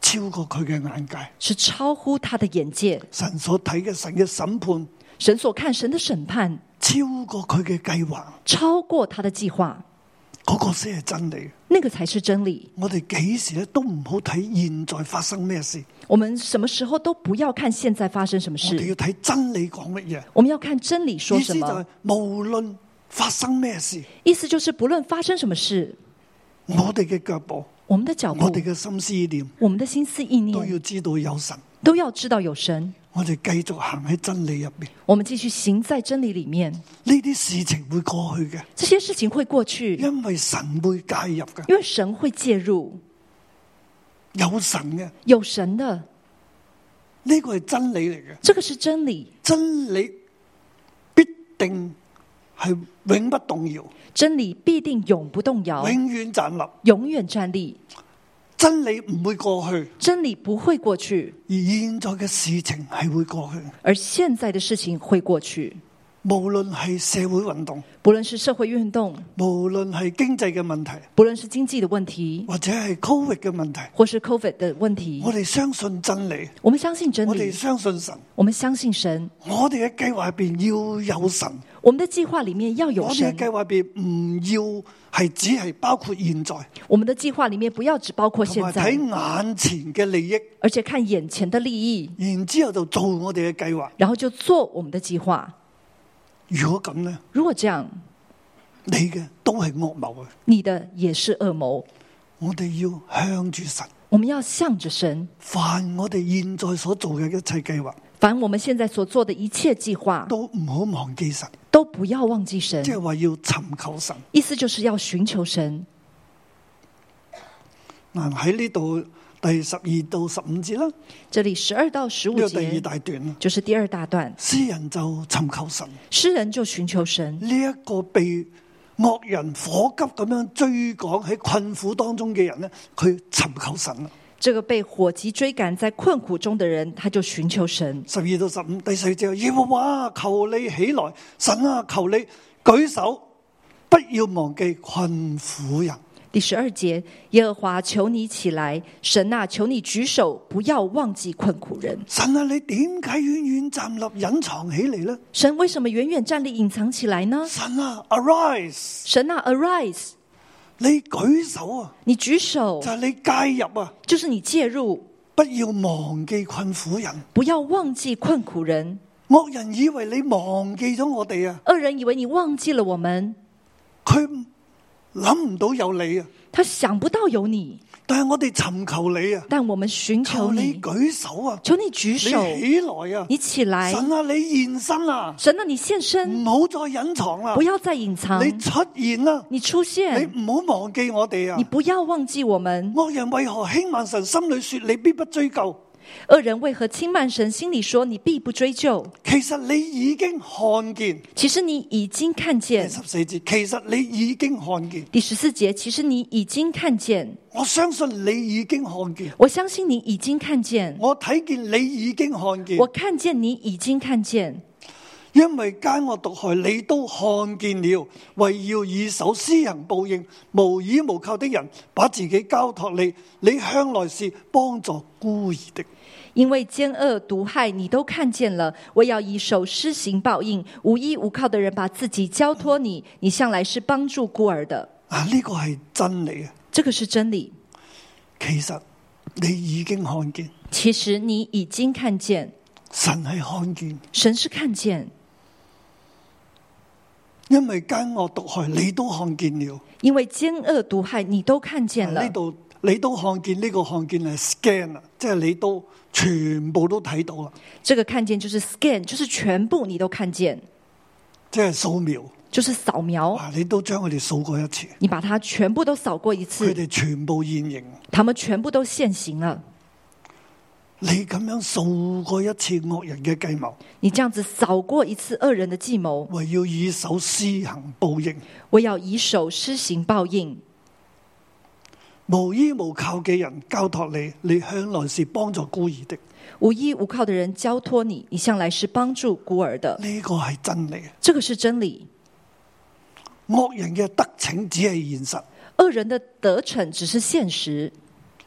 [SPEAKER 2] 超過佢嘅眼界，
[SPEAKER 3] 是超乎他的眼界，
[SPEAKER 2] 神所睇嘅神嘅審判
[SPEAKER 3] 神所看，神的审判
[SPEAKER 2] 超過佢嘅計劃，
[SPEAKER 3] 超过他的计划，
[SPEAKER 2] 嗰、個先係真理。
[SPEAKER 3] 那个才是真理。
[SPEAKER 2] 我哋幾時咧都唔好睇現在發生咩事，
[SPEAKER 3] 我们什么时候都不要看现在发生什么
[SPEAKER 2] 我哋
[SPEAKER 3] 事，
[SPEAKER 2] 要睇真理講乜嘢。
[SPEAKER 3] 我们要看真理说
[SPEAKER 2] 意
[SPEAKER 3] 什
[SPEAKER 2] 思就係
[SPEAKER 3] 么。
[SPEAKER 2] 無論發生咩事，
[SPEAKER 3] 意思就是，不论发生什么事，嗯
[SPEAKER 2] 我哋嘅腳步、
[SPEAKER 3] 我们的脚步
[SPEAKER 2] 我、哋嘅心思意念
[SPEAKER 3] 我们的心思意
[SPEAKER 2] 都要
[SPEAKER 3] 念
[SPEAKER 2] 知道有神。
[SPEAKER 3] 都要知道有神。
[SPEAKER 2] 我哋繼續行喺真理入面，
[SPEAKER 3] 我们继续行在真理里面，
[SPEAKER 2] 呢啲事情會過去嘅，
[SPEAKER 3] 这些事情会过去，
[SPEAKER 2] 因為神會介入嘅，
[SPEAKER 3] 因为神会介入，
[SPEAKER 2] 有神嘅，
[SPEAKER 3] 有神的，
[SPEAKER 2] 呢個係真理嚟嘅。
[SPEAKER 3] 这个是真理，
[SPEAKER 2] 真理必定係永不動搖，
[SPEAKER 3] 真理必定永不动摇，
[SPEAKER 2] 永遠站立。
[SPEAKER 3] 永远站立，
[SPEAKER 2] 真理唔會過去，
[SPEAKER 3] 真理不会过去，
[SPEAKER 2] 而現在嘅事情係會過去。
[SPEAKER 3] 而现在的事情会过去，
[SPEAKER 2] 無論係社會運動，
[SPEAKER 3] 不论是社会运动，
[SPEAKER 2] 無論係經濟嘅問題，
[SPEAKER 3] 不论是经济的问题，
[SPEAKER 2] 或者係 Covid 嘅問題，
[SPEAKER 3] 或是 COVID 的问题
[SPEAKER 2] 我，哋相信真理，
[SPEAKER 3] 我们相信真
[SPEAKER 2] 我哋
[SPEAKER 3] 理，
[SPEAKER 2] 相信神，
[SPEAKER 3] 我们相信神，
[SPEAKER 2] 我哋嘅計劃入边要有神，
[SPEAKER 3] 我们的计划里面要有
[SPEAKER 2] 我哋
[SPEAKER 3] 神
[SPEAKER 2] 嘅計，劃入边唔要係只係包括現在，
[SPEAKER 3] 我们的计划里面不要只包括
[SPEAKER 2] 同
[SPEAKER 3] 现
[SPEAKER 2] 埋
[SPEAKER 3] 在，
[SPEAKER 2] 睇眼前嘅利益，
[SPEAKER 3] 而且看眼前的利益，
[SPEAKER 2] 然之后就做我哋嘅計劃。
[SPEAKER 3] 然后就做我们的计划。
[SPEAKER 2] 如果咁呢，
[SPEAKER 3] 如果这样，
[SPEAKER 2] 你嘅都係惡謀啊！
[SPEAKER 3] 你的也是恶谋。
[SPEAKER 2] 我哋要向住神，
[SPEAKER 3] 我们要向着神，
[SPEAKER 2] 凡我哋現在所做嘅一切計劃，
[SPEAKER 3] 凡我们现在所做的一切计划，
[SPEAKER 2] 都唔好忘記神，
[SPEAKER 3] 都不要忘记神
[SPEAKER 2] 即。係話要尋求神。
[SPEAKER 3] 意思就是要寻求神。
[SPEAKER 2] 嗱喺呢度第十二到十五節啦，呢
[SPEAKER 3] 这里十二到十五
[SPEAKER 2] 個第二
[SPEAKER 3] 节
[SPEAKER 2] 大段啦。
[SPEAKER 3] 就是第二大段，
[SPEAKER 2] 詩人就尋求神，呢、
[SPEAKER 3] 诗人就寻求神。
[SPEAKER 2] 一個被惡人火急咁樣追趕喺困苦當中嘅人呢，佢尋求神啦。
[SPEAKER 3] 这个被火急追赶在困苦中的人，他就寻求神。
[SPEAKER 2] 十二到十五第四節，耶和華求你起來，神啊求你舉手，不要忘記困苦人。
[SPEAKER 3] 第十二节，耶和华求你起来，神呐、求你举手，不要忘记困苦人。
[SPEAKER 2] 神啊，你點解遠遠站立隱藏起嚟呢？
[SPEAKER 3] 神为什么远远站立隐藏起来呢？
[SPEAKER 2] 神啊，arise，
[SPEAKER 3] 神呐、a r i s e
[SPEAKER 2] 你舉手啊，
[SPEAKER 3] 你举手
[SPEAKER 2] 就，係你介入啊，
[SPEAKER 3] 就是你介入，
[SPEAKER 2] 不要忘記困苦人。
[SPEAKER 3] 不要忘记困苦人。
[SPEAKER 2] 惡人以為你忘記咗我哋啊，
[SPEAKER 3] 恶人以为你忘记了我们，
[SPEAKER 2] 佢諗唔到有你啊！
[SPEAKER 3] 他想不到有你，
[SPEAKER 2] 但係我哋尋求你啊，
[SPEAKER 3] 但我们寻求
[SPEAKER 2] 求你
[SPEAKER 3] 你，
[SPEAKER 2] 舉手啊，
[SPEAKER 3] 求你举
[SPEAKER 2] 你
[SPEAKER 3] 手，
[SPEAKER 2] 起來啊！
[SPEAKER 3] 你起来，
[SPEAKER 2] 神啊，你現身啊！
[SPEAKER 3] 神啊，你现身，
[SPEAKER 2] 唔好再隱藏啦
[SPEAKER 3] 不！要再隐藏，
[SPEAKER 2] 你出現啦！
[SPEAKER 3] 你出
[SPEAKER 2] 你
[SPEAKER 3] 现，
[SPEAKER 2] 唔好忘記我哋啊
[SPEAKER 3] 你！不要忘记我们。
[SPEAKER 2] 惡人為何輕慢神？心裏說你必不追究。
[SPEAKER 3] 恶人为何轻慢神？心里说你必不追究。
[SPEAKER 2] 其實你已經看見
[SPEAKER 3] 其实你已经看
[SPEAKER 2] 第
[SPEAKER 3] 见
[SPEAKER 2] 十四節，其實你已經看見，
[SPEAKER 3] 第十四节，其实你已经看见，
[SPEAKER 2] 我相信你已經看見，
[SPEAKER 3] 我相信你已经看见，
[SPEAKER 2] 我睇見你已經看見
[SPEAKER 3] 我，看见你已经看见，
[SPEAKER 2] 因為奸惡毒害你都看見了，為要以手施行報應，無依無靠的人把自己交託你，你向來是幫助孤兒的。
[SPEAKER 3] 因为奸恶毒害你都看见了。我要以手施行报应，无依无靠的人把自己交托你，你向来是帮助孤儿的，
[SPEAKER 2] 啊，呢、個係真理啊！
[SPEAKER 3] 这个是真理。
[SPEAKER 2] 其實你已經看見，
[SPEAKER 3] 其实你已经看见，
[SPEAKER 2] 神係看見，
[SPEAKER 3] 神是看见，
[SPEAKER 2] 因為奸惡毒害你都看見了。
[SPEAKER 3] 因为奸恶毒害你都看见了
[SPEAKER 2] 呢。度你啊都看見呢、個看見係 scan 啊，即係你都全部都睇到啦，
[SPEAKER 3] 这个看见就是 scan，就是全部你都看见，
[SPEAKER 2] 即係掃描
[SPEAKER 3] 就是扫描，
[SPEAKER 2] 啊！你都將佢哋掃過一次，
[SPEAKER 3] 你把它全部都扫过一
[SPEAKER 2] 佢
[SPEAKER 3] 次，
[SPEAKER 2] 哋全部現形。
[SPEAKER 3] 他们全部都现形了。
[SPEAKER 2] 你咁樣掃過一次惡人嘅計謀，
[SPEAKER 3] 你这样子扫过一次恶人的计谋，
[SPEAKER 2] 唯要以手施行報應。
[SPEAKER 3] 我要以手施行报应。
[SPEAKER 2] 無依無靠嘅人交託你，你向來是幫助孤兒的。
[SPEAKER 3] 无依无靠的人交托你，你向来是帮助孤儿的，
[SPEAKER 2] 呢、個係真理。
[SPEAKER 3] 这个是真理。
[SPEAKER 2] 惡人嘅得逞只係現實，
[SPEAKER 3] 恶人的得逞只是现实，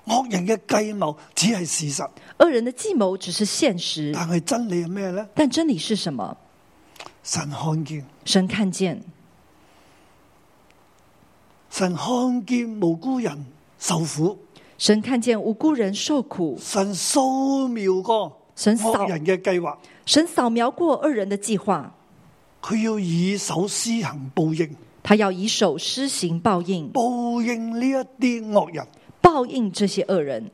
[SPEAKER 2] 惡人嘅計謀只係事實。
[SPEAKER 3] 恶人的计谋只是现实。
[SPEAKER 2] 但係真理係咩呢？
[SPEAKER 3] 但真理是什么？
[SPEAKER 2] 神看見。
[SPEAKER 3] 神看见，
[SPEAKER 2] 神看見無辜人受苦，
[SPEAKER 3] 神看见无辜人受苦，
[SPEAKER 2] 神掃描過
[SPEAKER 3] 神掃
[SPEAKER 2] 惡人嘅計劃，
[SPEAKER 3] 神扫描过恶人的计划，
[SPEAKER 2] 佢要以手施行報應，
[SPEAKER 3] 他要以手施行报应，
[SPEAKER 2] 報應呢一啲惡人。
[SPEAKER 3] 报应这些恶人。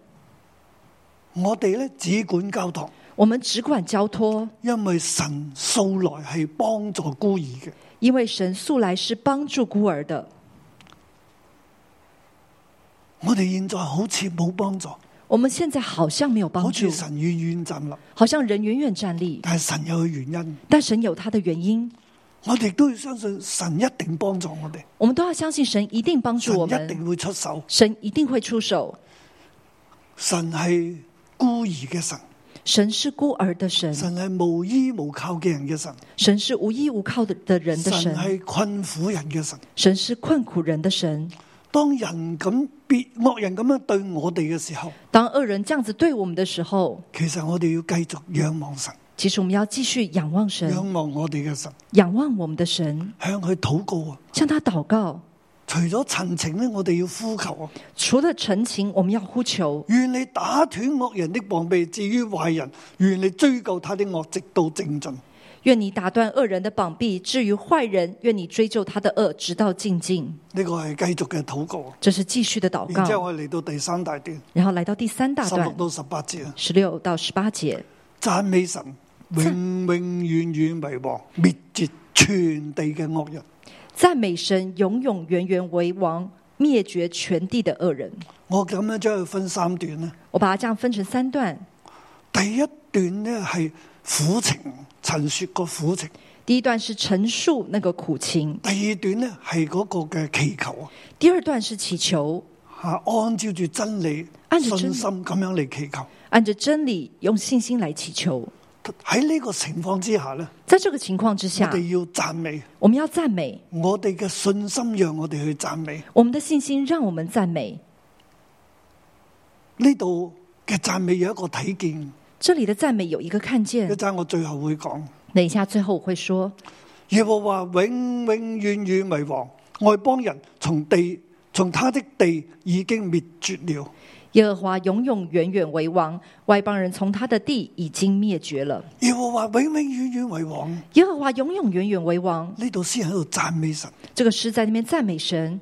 [SPEAKER 2] 我哋咧只管交託，
[SPEAKER 3] 我们只管交托，
[SPEAKER 2] 因為神素來係幫助孤兒嘅。
[SPEAKER 3] 因为神素来是帮助孤儿的。
[SPEAKER 2] 我哋現在好似冇幫助，
[SPEAKER 3] 我们现在好像没有帮
[SPEAKER 2] 好
[SPEAKER 3] 助
[SPEAKER 2] 似，神遠遠站立，
[SPEAKER 3] 好像人远远站立，
[SPEAKER 2] 但係神有佢原因。
[SPEAKER 3] 但神有他的原因。
[SPEAKER 2] 我哋都要相信神一定幫助我哋，
[SPEAKER 3] 我们都要相信神一定帮助我
[SPEAKER 2] 神一定
[SPEAKER 3] 们，
[SPEAKER 2] 會出手。
[SPEAKER 3] 神一定会出手。
[SPEAKER 2] 神係孤兒嘅神，
[SPEAKER 3] 神是孤儿的神，
[SPEAKER 2] 神係無依無靠嘅人嘅神。
[SPEAKER 3] 神是无依无靠的的人的
[SPEAKER 2] 神
[SPEAKER 3] 神，
[SPEAKER 2] 系困苦人嘅神。
[SPEAKER 3] 神是困苦人的神。
[SPEAKER 2] 當人咁别恶人咁樣對我哋嘅時候，
[SPEAKER 3] 当恶人这样子对我们的时候，
[SPEAKER 2] 其實我哋要繼續仰望神，
[SPEAKER 3] 其实我们要继续仰望神，
[SPEAKER 2] 仰望我哋嘅神，
[SPEAKER 3] 仰望我们的神，
[SPEAKER 2] 向佢禱告啊！
[SPEAKER 3] 向他祷告。
[SPEAKER 2] 除咗陳情咧，我哋要呼求啊！
[SPEAKER 3] 除了陈情，我们要呼求，
[SPEAKER 2] 願你打斷惡人的膀臂，至於壞人，願你追究他的惡，直到正盡。
[SPEAKER 3] 愿你打断恶人的膀臂；至于坏人，愿你追究他的恶，直到尽尽。
[SPEAKER 2] 呢個係繼續嘅禱告啊。
[SPEAKER 3] 这是继续的祷
[SPEAKER 2] 然之後
[SPEAKER 3] 告。
[SPEAKER 2] 我哋嚟到第三大段，
[SPEAKER 3] 然后来到第三大
[SPEAKER 2] 十六
[SPEAKER 3] 段，
[SPEAKER 2] 到十八節啊，
[SPEAKER 3] 十六到十八节，
[SPEAKER 2] 讚美神，永永遠遠為王，滅絕全地嘅惡人。
[SPEAKER 3] 赞美神永永远远为王，灭绝全地的恶人。
[SPEAKER 2] 我咁樣將佢分三段咧。
[SPEAKER 3] 我把它这样分成三段。
[SPEAKER 2] 第一段呢係苦情，陳雪個苦情；
[SPEAKER 3] 第一段是陈述那个苦情，
[SPEAKER 2] 第二段呢係嗰個嘅祈求啊，
[SPEAKER 3] 第二段是祈求，
[SPEAKER 2] 吓啊按照住真理、
[SPEAKER 3] 按照真
[SPEAKER 2] 信
[SPEAKER 3] 理
[SPEAKER 2] 心咁樣嚟祈求。
[SPEAKER 3] 按着真理用信心来祈求。
[SPEAKER 2] 喺呢個情況之下呢，
[SPEAKER 3] 在这个情况之
[SPEAKER 2] 我
[SPEAKER 3] 下，
[SPEAKER 2] 哋要讚美，
[SPEAKER 3] 我们要赞美，
[SPEAKER 2] 我哋嘅信心讓我哋去讚美。
[SPEAKER 3] 我们的信心让我们赞美。
[SPEAKER 2] 呢度嘅讚美有一個睇見，
[SPEAKER 3] 这里的赞美有一个看
[SPEAKER 2] 一
[SPEAKER 3] 见，
[SPEAKER 2] 陣我最後會講。
[SPEAKER 3] 等一下最后我会说，
[SPEAKER 2] 耶和華永永遠遠為王，外邦人從地從他的地已經滅絕了。
[SPEAKER 3] 耶和华永永远远为王，外邦人从他的地已经灭绝了。
[SPEAKER 2] 耶和華永永遠遠為王。
[SPEAKER 3] 耶和华永永远远为王，
[SPEAKER 2] 呢度先喺度讚美神，
[SPEAKER 3] 这个诗在那边赞美神，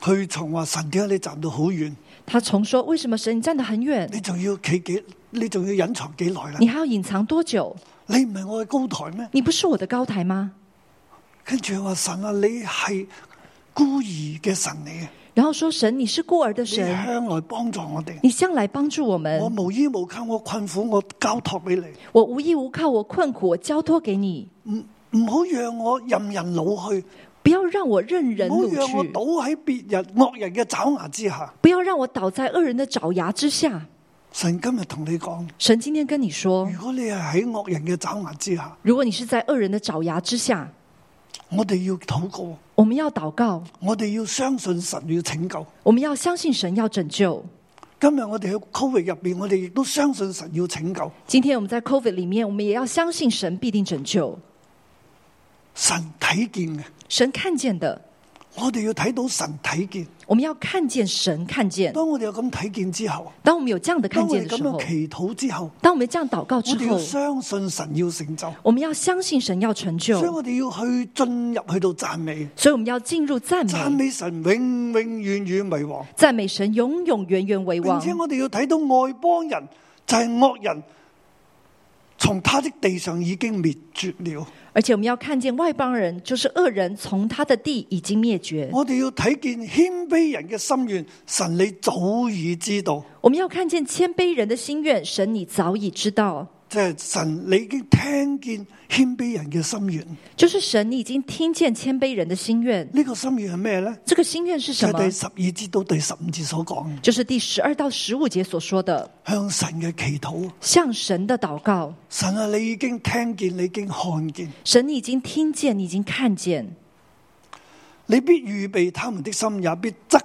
[SPEAKER 2] 佢從話神點解你站到好遠，
[SPEAKER 3] 他重说：“为什么神你站得很远？
[SPEAKER 2] 你仲要企幾，你仲要隱藏幾耐啦
[SPEAKER 3] 你？还要隐藏多久？
[SPEAKER 2] 你唔係我嘅高台咩？
[SPEAKER 3] 你不是我的高台吗
[SPEAKER 2] 跟住佢話神啊，你係孤兒嘅神嚟嘅，？”
[SPEAKER 3] 然后说：“神，你是孤儿的
[SPEAKER 2] 你
[SPEAKER 3] 神，
[SPEAKER 2] 向來幫助我哋。
[SPEAKER 3] 你向来帮助我们
[SPEAKER 2] 我。無依無靠，我困苦，我交託俾你，
[SPEAKER 3] 我无依无靠，我困苦，我交托给你，
[SPEAKER 2] 唔唔好讓我任人老去，
[SPEAKER 3] 不要让我任人
[SPEAKER 2] 唔好
[SPEAKER 3] 掳
[SPEAKER 2] 讓我
[SPEAKER 3] 去
[SPEAKER 2] 倒，喺別人惡人嘅爪牙之下。
[SPEAKER 3] 不要让我倒在恶人的爪牙之下。”
[SPEAKER 2] 神今日同你講，
[SPEAKER 3] 神今天跟你说，
[SPEAKER 2] 如果你係喺惡人嘅爪牙之下，
[SPEAKER 3] 如果你是在恶人的爪牙之下，
[SPEAKER 2] 我哋要禱告，
[SPEAKER 3] 我们要祷告，
[SPEAKER 2] 我哋要相信神要拯救。
[SPEAKER 3] 我们要相信神要拯救。
[SPEAKER 2] 今日我哋喺 Covid 入边，我哋亦都相信神要拯救。
[SPEAKER 3] 今天我们在 COVID 里面，我们也要相信神必定拯救。
[SPEAKER 2] 神睇見嘅，
[SPEAKER 3] 神看见的，
[SPEAKER 2] 我哋要睇到神睇見。
[SPEAKER 3] 我们要看见神看见。
[SPEAKER 2] 當我哋有咁睇見之後，
[SPEAKER 3] 当我们有这样的
[SPEAKER 2] 當
[SPEAKER 3] 看
[SPEAKER 2] 我
[SPEAKER 3] 见
[SPEAKER 2] 哋
[SPEAKER 3] 的
[SPEAKER 2] 咁
[SPEAKER 3] 时候
[SPEAKER 2] 樣，祈禱之後，
[SPEAKER 3] 当我们这样祷告
[SPEAKER 2] 我
[SPEAKER 3] 之
[SPEAKER 2] 哋要
[SPEAKER 3] 后，
[SPEAKER 2] 相信神要成就，
[SPEAKER 3] 我们要相信神啊要成就
[SPEAKER 2] 所以，我哋要去進入去到讚美，
[SPEAKER 3] 所以我们要进入赞
[SPEAKER 2] 讚
[SPEAKER 3] 美，
[SPEAKER 2] 美神永永遠遠為王。
[SPEAKER 3] 赞美神永永远远为
[SPEAKER 2] 並
[SPEAKER 3] 王，
[SPEAKER 2] 且我哋要睇到外邦人就係惡人，從他的地上已經滅絕了。
[SPEAKER 3] 而且我们要看见外邦人，就是恶人，从他的地已经灭绝。
[SPEAKER 2] 我哋要睇見謙卑人嘅心願，神你早已知道。
[SPEAKER 3] 我们要看见谦卑人的心愿，神你早已知道，
[SPEAKER 2] 即系神，你已经听见谦卑人嘅心愿。呢、
[SPEAKER 3] 就是神你已经听见谦卑人的心愿。
[SPEAKER 2] 個个心愿系咩呢？
[SPEAKER 3] 这个心愿
[SPEAKER 2] 就
[SPEAKER 3] 是什么
[SPEAKER 2] 係？第十二节到第十五节所讲，
[SPEAKER 3] 就是第十二到十五节所说的，
[SPEAKER 2] 向神嘅祈祷。
[SPEAKER 3] 向神的祷告。
[SPEAKER 2] 神啊，你已经听见，你已经看见，
[SPEAKER 3] 神，你已经听见，你已经看见，
[SPEAKER 2] 你必预备他们的心，也必侧耳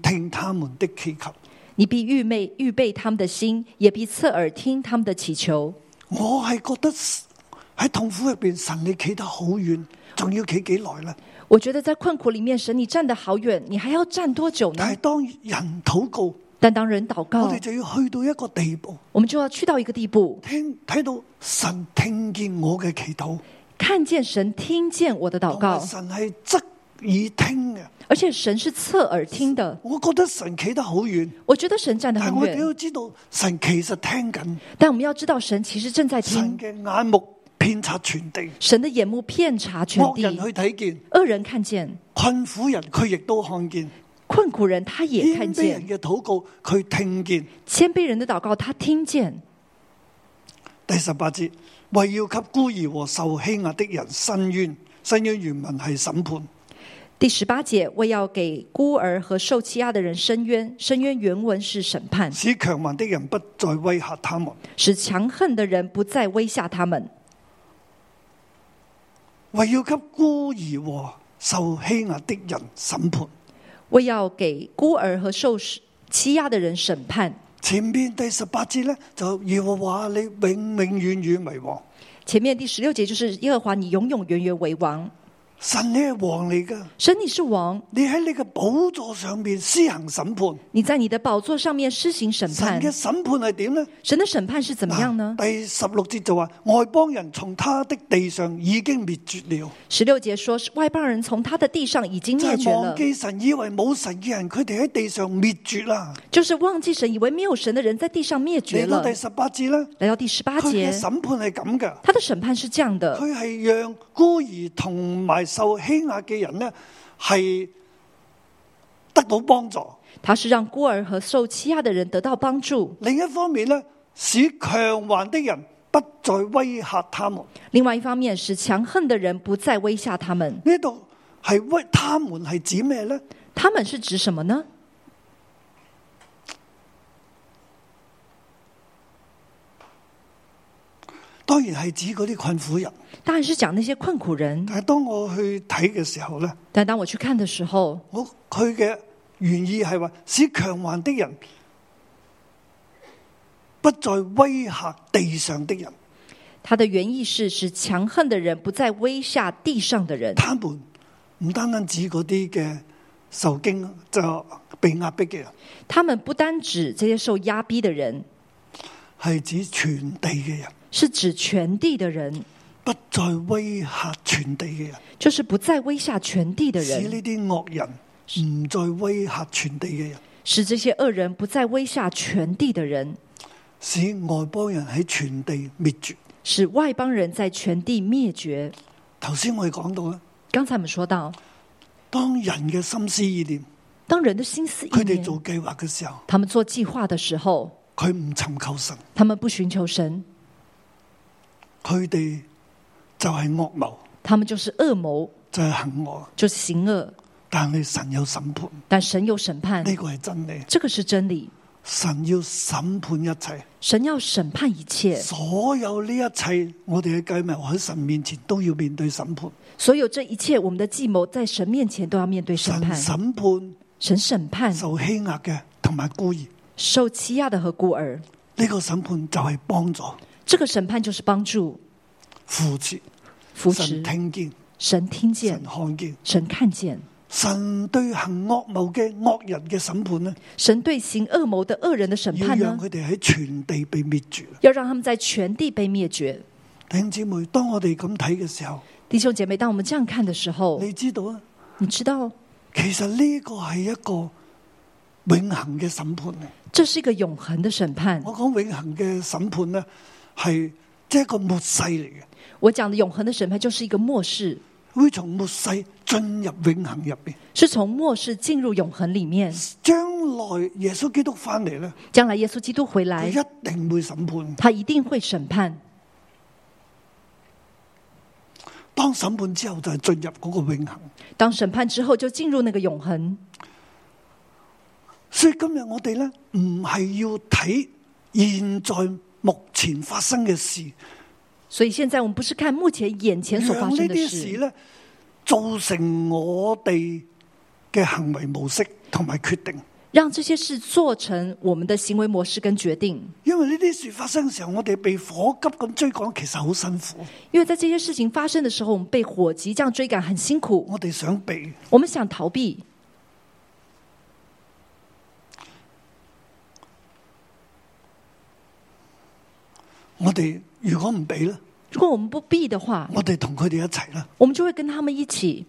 [SPEAKER 2] 听他们的祈求。
[SPEAKER 3] 你必预备预备他们的心，也必侧耳听他们的祈求。
[SPEAKER 2] 我系觉得喺痛苦入边，神你企得好远，仲要企几耐呢？
[SPEAKER 3] 我觉得在困苦里面，神你站得好远，你还要站多久呢
[SPEAKER 2] 但系？当人祷告，
[SPEAKER 3] 但当人祷
[SPEAKER 2] 我
[SPEAKER 3] 告
[SPEAKER 2] 哦哋，就要去到一个地步，
[SPEAKER 3] 我们就要去到一个地步，
[SPEAKER 2] 听睇到神听见我嘅祈祷。
[SPEAKER 3] 看见神听见我的祷
[SPEAKER 2] 同埋
[SPEAKER 3] 告，
[SPEAKER 2] 神係側耳聽嘅，
[SPEAKER 3] 而且神是侧耳听的。
[SPEAKER 2] 我覺得神企得好遠，
[SPEAKER 3] 我觉得神站得
[SPEAKER 2] 但
[SPEAKER 3] 很
[SPEAKER 2] 係我哋
[SPEAKER 3] 远，
[SPEAKER 2] 都知道神其實聽緊，
[SPEAKER 3] 但我们要知道，神其实正在
[SPEAKER 2] 神
[SPEAKER 3] 听，
[SPEAKER 2] 嘅眼目遍察全地，
[SPEAKER 3] 神的眼目遍察全
[SPEAKER 2] 惡哦人
[SPEAKER 3] 地，
[SPEAKER 2] 去睇見，
[SPEAKER 3] 恶人看见，
[SPEAKER 2] 困苦人佢亦都看見，
[SPEAKER 3] 困苦人他也看
[SPEAKER 2] 謙卑人嘅
[SPEAKER 3] 见，
[SPEAKER 2] 禱告佢聽見。
[SPEAKER 3] 谦卑人的祷告他听见。
[SPEAKER 2] 第十八節，為要給孤兒和受欺壓的人伸冤，伸冤原文係審判。
[SPEAKER 3] 第十八节，为要给孤儿和受欺压的人伸冤，伸冤原文是审判，
[SPEAKER 2] 使強橫的人不再威嚇他們，
[SPEAKER 3] 使强横的人不再威吓他们，
[SPEAKER 2] 為要給孤兒和受欺壓的人審判。
[SPEAKER 3] 为要给孤儿和受欺压的人审判。
[SPEAKER 2] 前面第十八節咧就耶和華你永永遠遠為王，
[SPEAKER 3] 前面第十六节就是耶和华，你永永远远为王，
[SPEAKER 2] 神你係王嚟噶，
[SPEAKER 3] 神你是王，
[SPEAKER 2] 你喺你嘅寶座上面施行審判。
[SPEAKER 3] 你在你的宝座上面施行审
[SPEAKER 2] 神
[SPEAKER 3] 判
[SPEAKER 2] 嘅。審判係點呢？
[SPEAKER 3] 神的审判是怎么样呢
[SPEAKER 2] 嗱？第十六節就話外邦人從他的地上已經滅絕了，
[SPEAKER 3] 十六节说，外邦人从他的地上已经
[SPEAKER 2] 就
[SPEAKER 3] 灭
[SPEAKER 2] 係
[SPEAKER 3] 绝
[SPEAKER 2] 忘
[SPEAKER 3] 了，
[SPEAKER 2] 記神以為冇神嘅人，佢哋喺地上滅絕啦。
[SPEAKER 3] 就是忘记神，以为没有神的人在地上灭绝
[SPEAKER 2] 嚟到
[SPEAKER 3] 了
[SPEAKER 2] 第。十八節咧，
[SPEAKER 3] 来到第十八
[SPEAKER 2] 佢
[SPEAKER 3] 节
[SPEAKER 2] 嘅，審判係咁噶，
[SPEAKER 3] 他的审判是这样的，
[SPEAKER 2] 佢係讓孤兒同埋受欺壓嘅人呢，係得到幫助。
[SPEAKER 3] 他是让孤儿和受欺压的人得到帮助；
[SPEAKER 2] 另一方面咧，使強橫的人不再威嚇他們。
[SPEAKER 3] 另外一方面，使强横的人不再威吓他们。
[SPEAKER 2] 呢度係威，他們係指咩咧？
[SPEAKER 3] 他们是指什么呢？
[SPEAKER 2] 當然係指嗰啲困苦人。
[SPEAKER 3] 当然是讲那些困苦人。
[SPEAKER 2] 但係當我去睇嘅時候咧，
[SPEAKER 3] 但当我去看的时候，
[SPEAKER 2] 我佢嘅原意係話使強橫的人不再威嚇地上的人，
[SPEAKER 3] 他的原意是使强横的人不再威吓地上的人。
[SPEAKER 2] 他們唔單單指嗰啲嘅受驚就被壓迫嘅人，
[SPEAKER 3] 他们不单指这些受压逼的人，
[SPEAKER 2] 係指全地嘅人，
[SPEAKER 3] 是指全地的人，
[SPEAKER 2] 不再威嚇全地嘅人。
[SPEAKER 3] 就是不再威吓全地的
[SPEAKER 2] 使
[SPEAKER 3] 人，
[SPEAKER 2] 呢啲惡人唔再威嚇全地嘅人，
[SPEAKER 3] 使这些恶人不再威吓全地的人，
[SPEAKER 2] 使外邦人喺全地滅絕。
[SPEAKER 3] 使外邦人在全地灭绝。
[SPEAKER 2] 頭先我哋講到啦，
[SPEAKER 3] 刚才我们说到，
[SPEAKER 2] 當人嘅心思意念，
[SPEAKER 3] 当人的心思意
[SPEAKER 2] 佢哋
[SPEAKER 3] 念，
[SPEAKER 2] 做計劃嘅時候，
[SPEAKER 3] 他们做计划的时候，
[SPEAKER 2] 佢唔尋求神，
[SPEAKER 3] 他们不寻求神，
[SPEAKER 2] 佢哋就係惡謀，
[SPEAKER 3] 他们就是恶谋，
[SPEAKER 2] 就係行惡。
[SPEAKER 3] 就是行恶。
[SPEAKER 2] 但係神有審判，
[SPEAKER 3] 但神有审判，
[SPEAKER 2] 呢個係真理。
[SPEAKER 3] 这个是真理。
[SPEAKER 2] 神要審判一切，
[SPEAKER 3] 神要审判一切，
[SPEAKER 2] 所有呢一切，我哋嘅計謀喺神面前都要面對審判。
[SPEAKER 3] 所有这一切，我们的计谋在神面前都要面对审
[SPEAKER 2] 神
[SPEAKER 3] 判。嗯
[SPEAKER 2] 審判
[SPEAKER 3] 神审判
[SPEAKER 2] 受欺壓嘅同埋孤兒，呢、
[SPEAKER 3] 受欺压的和孤儿，
[SPEAKER 2] 個審判就係幫助
[SPEAKER 3] 这个审判就是帮助、
[SPEAKER 2] 扶持。
[SPEAKER 3] 扶持
[SPEAKER 2] 神。聽見，
[SPEAKER 3] 神听见
[SPEAKER 2] 神，看見，
[SPEAKER 3] 神看見，
[SPEAKER 2] 神對行惡謀嘅惡人嘅審判呢，
[SPEAKER 3] 神對行恶谋的恶人的审
[SPEAKER 2] 要
[SPEAKER 3] 判
[SPEAKER 2] 讓
[SPEAKER 3] 呢，
[SPEAKER 2] 佢哋喺全地被滅絕。
[SPEAKER 3] 要让他们在全地被灭绝。
[SPEAKER 2] 弟兄姊妹，當我哋咁睇嘅時候，
[SPEAKER 3] 弟兄姐妹，当我们这样看的时候，
[SPEAKER 2] 你知道啊，
[SPEAKER 3] 你知道
[SPEAKER 2] 其實呢個係一個永恒嘅審判嚟。
[SPEAKER 3] 这是一个永恒的审判。
[SPEAKER 2] 我講永恒嘅審判呢，係即係一個末世嚟嘅，
[SPEAKER 3] 我讲的永恒的审判就是一个末世，
[SPEAKER 2] 會從末世進入永恒入边。
[SPEAKER 3] 是从末世进入永恒里面。
[SPEAKER 2] 將來耶穌基督翻嚟呢，
[SPEAKER 3] 将来耶稣基督回
[SPEAKER 2] 佢
[SPEAKER 3] 来，
[SPEAKER 2] 一定會審判。
[SPEAKER 3] 他一定会审判。
[SPEAKER 2] 當審判之後就係進入嗰個永恒。
[SPEAKER 3] 当审判之后，就进入那个永恒。
[SPEAKER 2] 所以今日我哋呢，唔係要睇現在目前發生嘅事，
[SPEAKER 3] 所以现在我们不是看目前眼前所发
[SPEAKER 2] 讓呢
[SPEAKER 3] 生的
[SPEAKER 2] 啲事
[SPEAKER 3] 事，
[SPEAKER 2] 呢，造成我哋嘅行為模式同埋決定。
[SPEAKER 3] 让这些事做成我们的行为模式跟决定。
[SPEAKER 2] 因為呢啲事發生嘅時候，我哋被火急咁追趕，其實好辛苦。
[SPEAKER 3] 因为在这些事情发生的时候，我们被火急这样追赶很辛苦，
[SPEAKER 2] 我哋想避，
[SPEAKER 3] 我们想逃避，
[SPEAKER 2] 我哋如果唔避呢，
[SPEAKER 3] 如果我们不避的话，
[SPEAKER 2] 我哋同佢哋一齊啦。
[SPEAKER 3] 我们就会跟他们一起。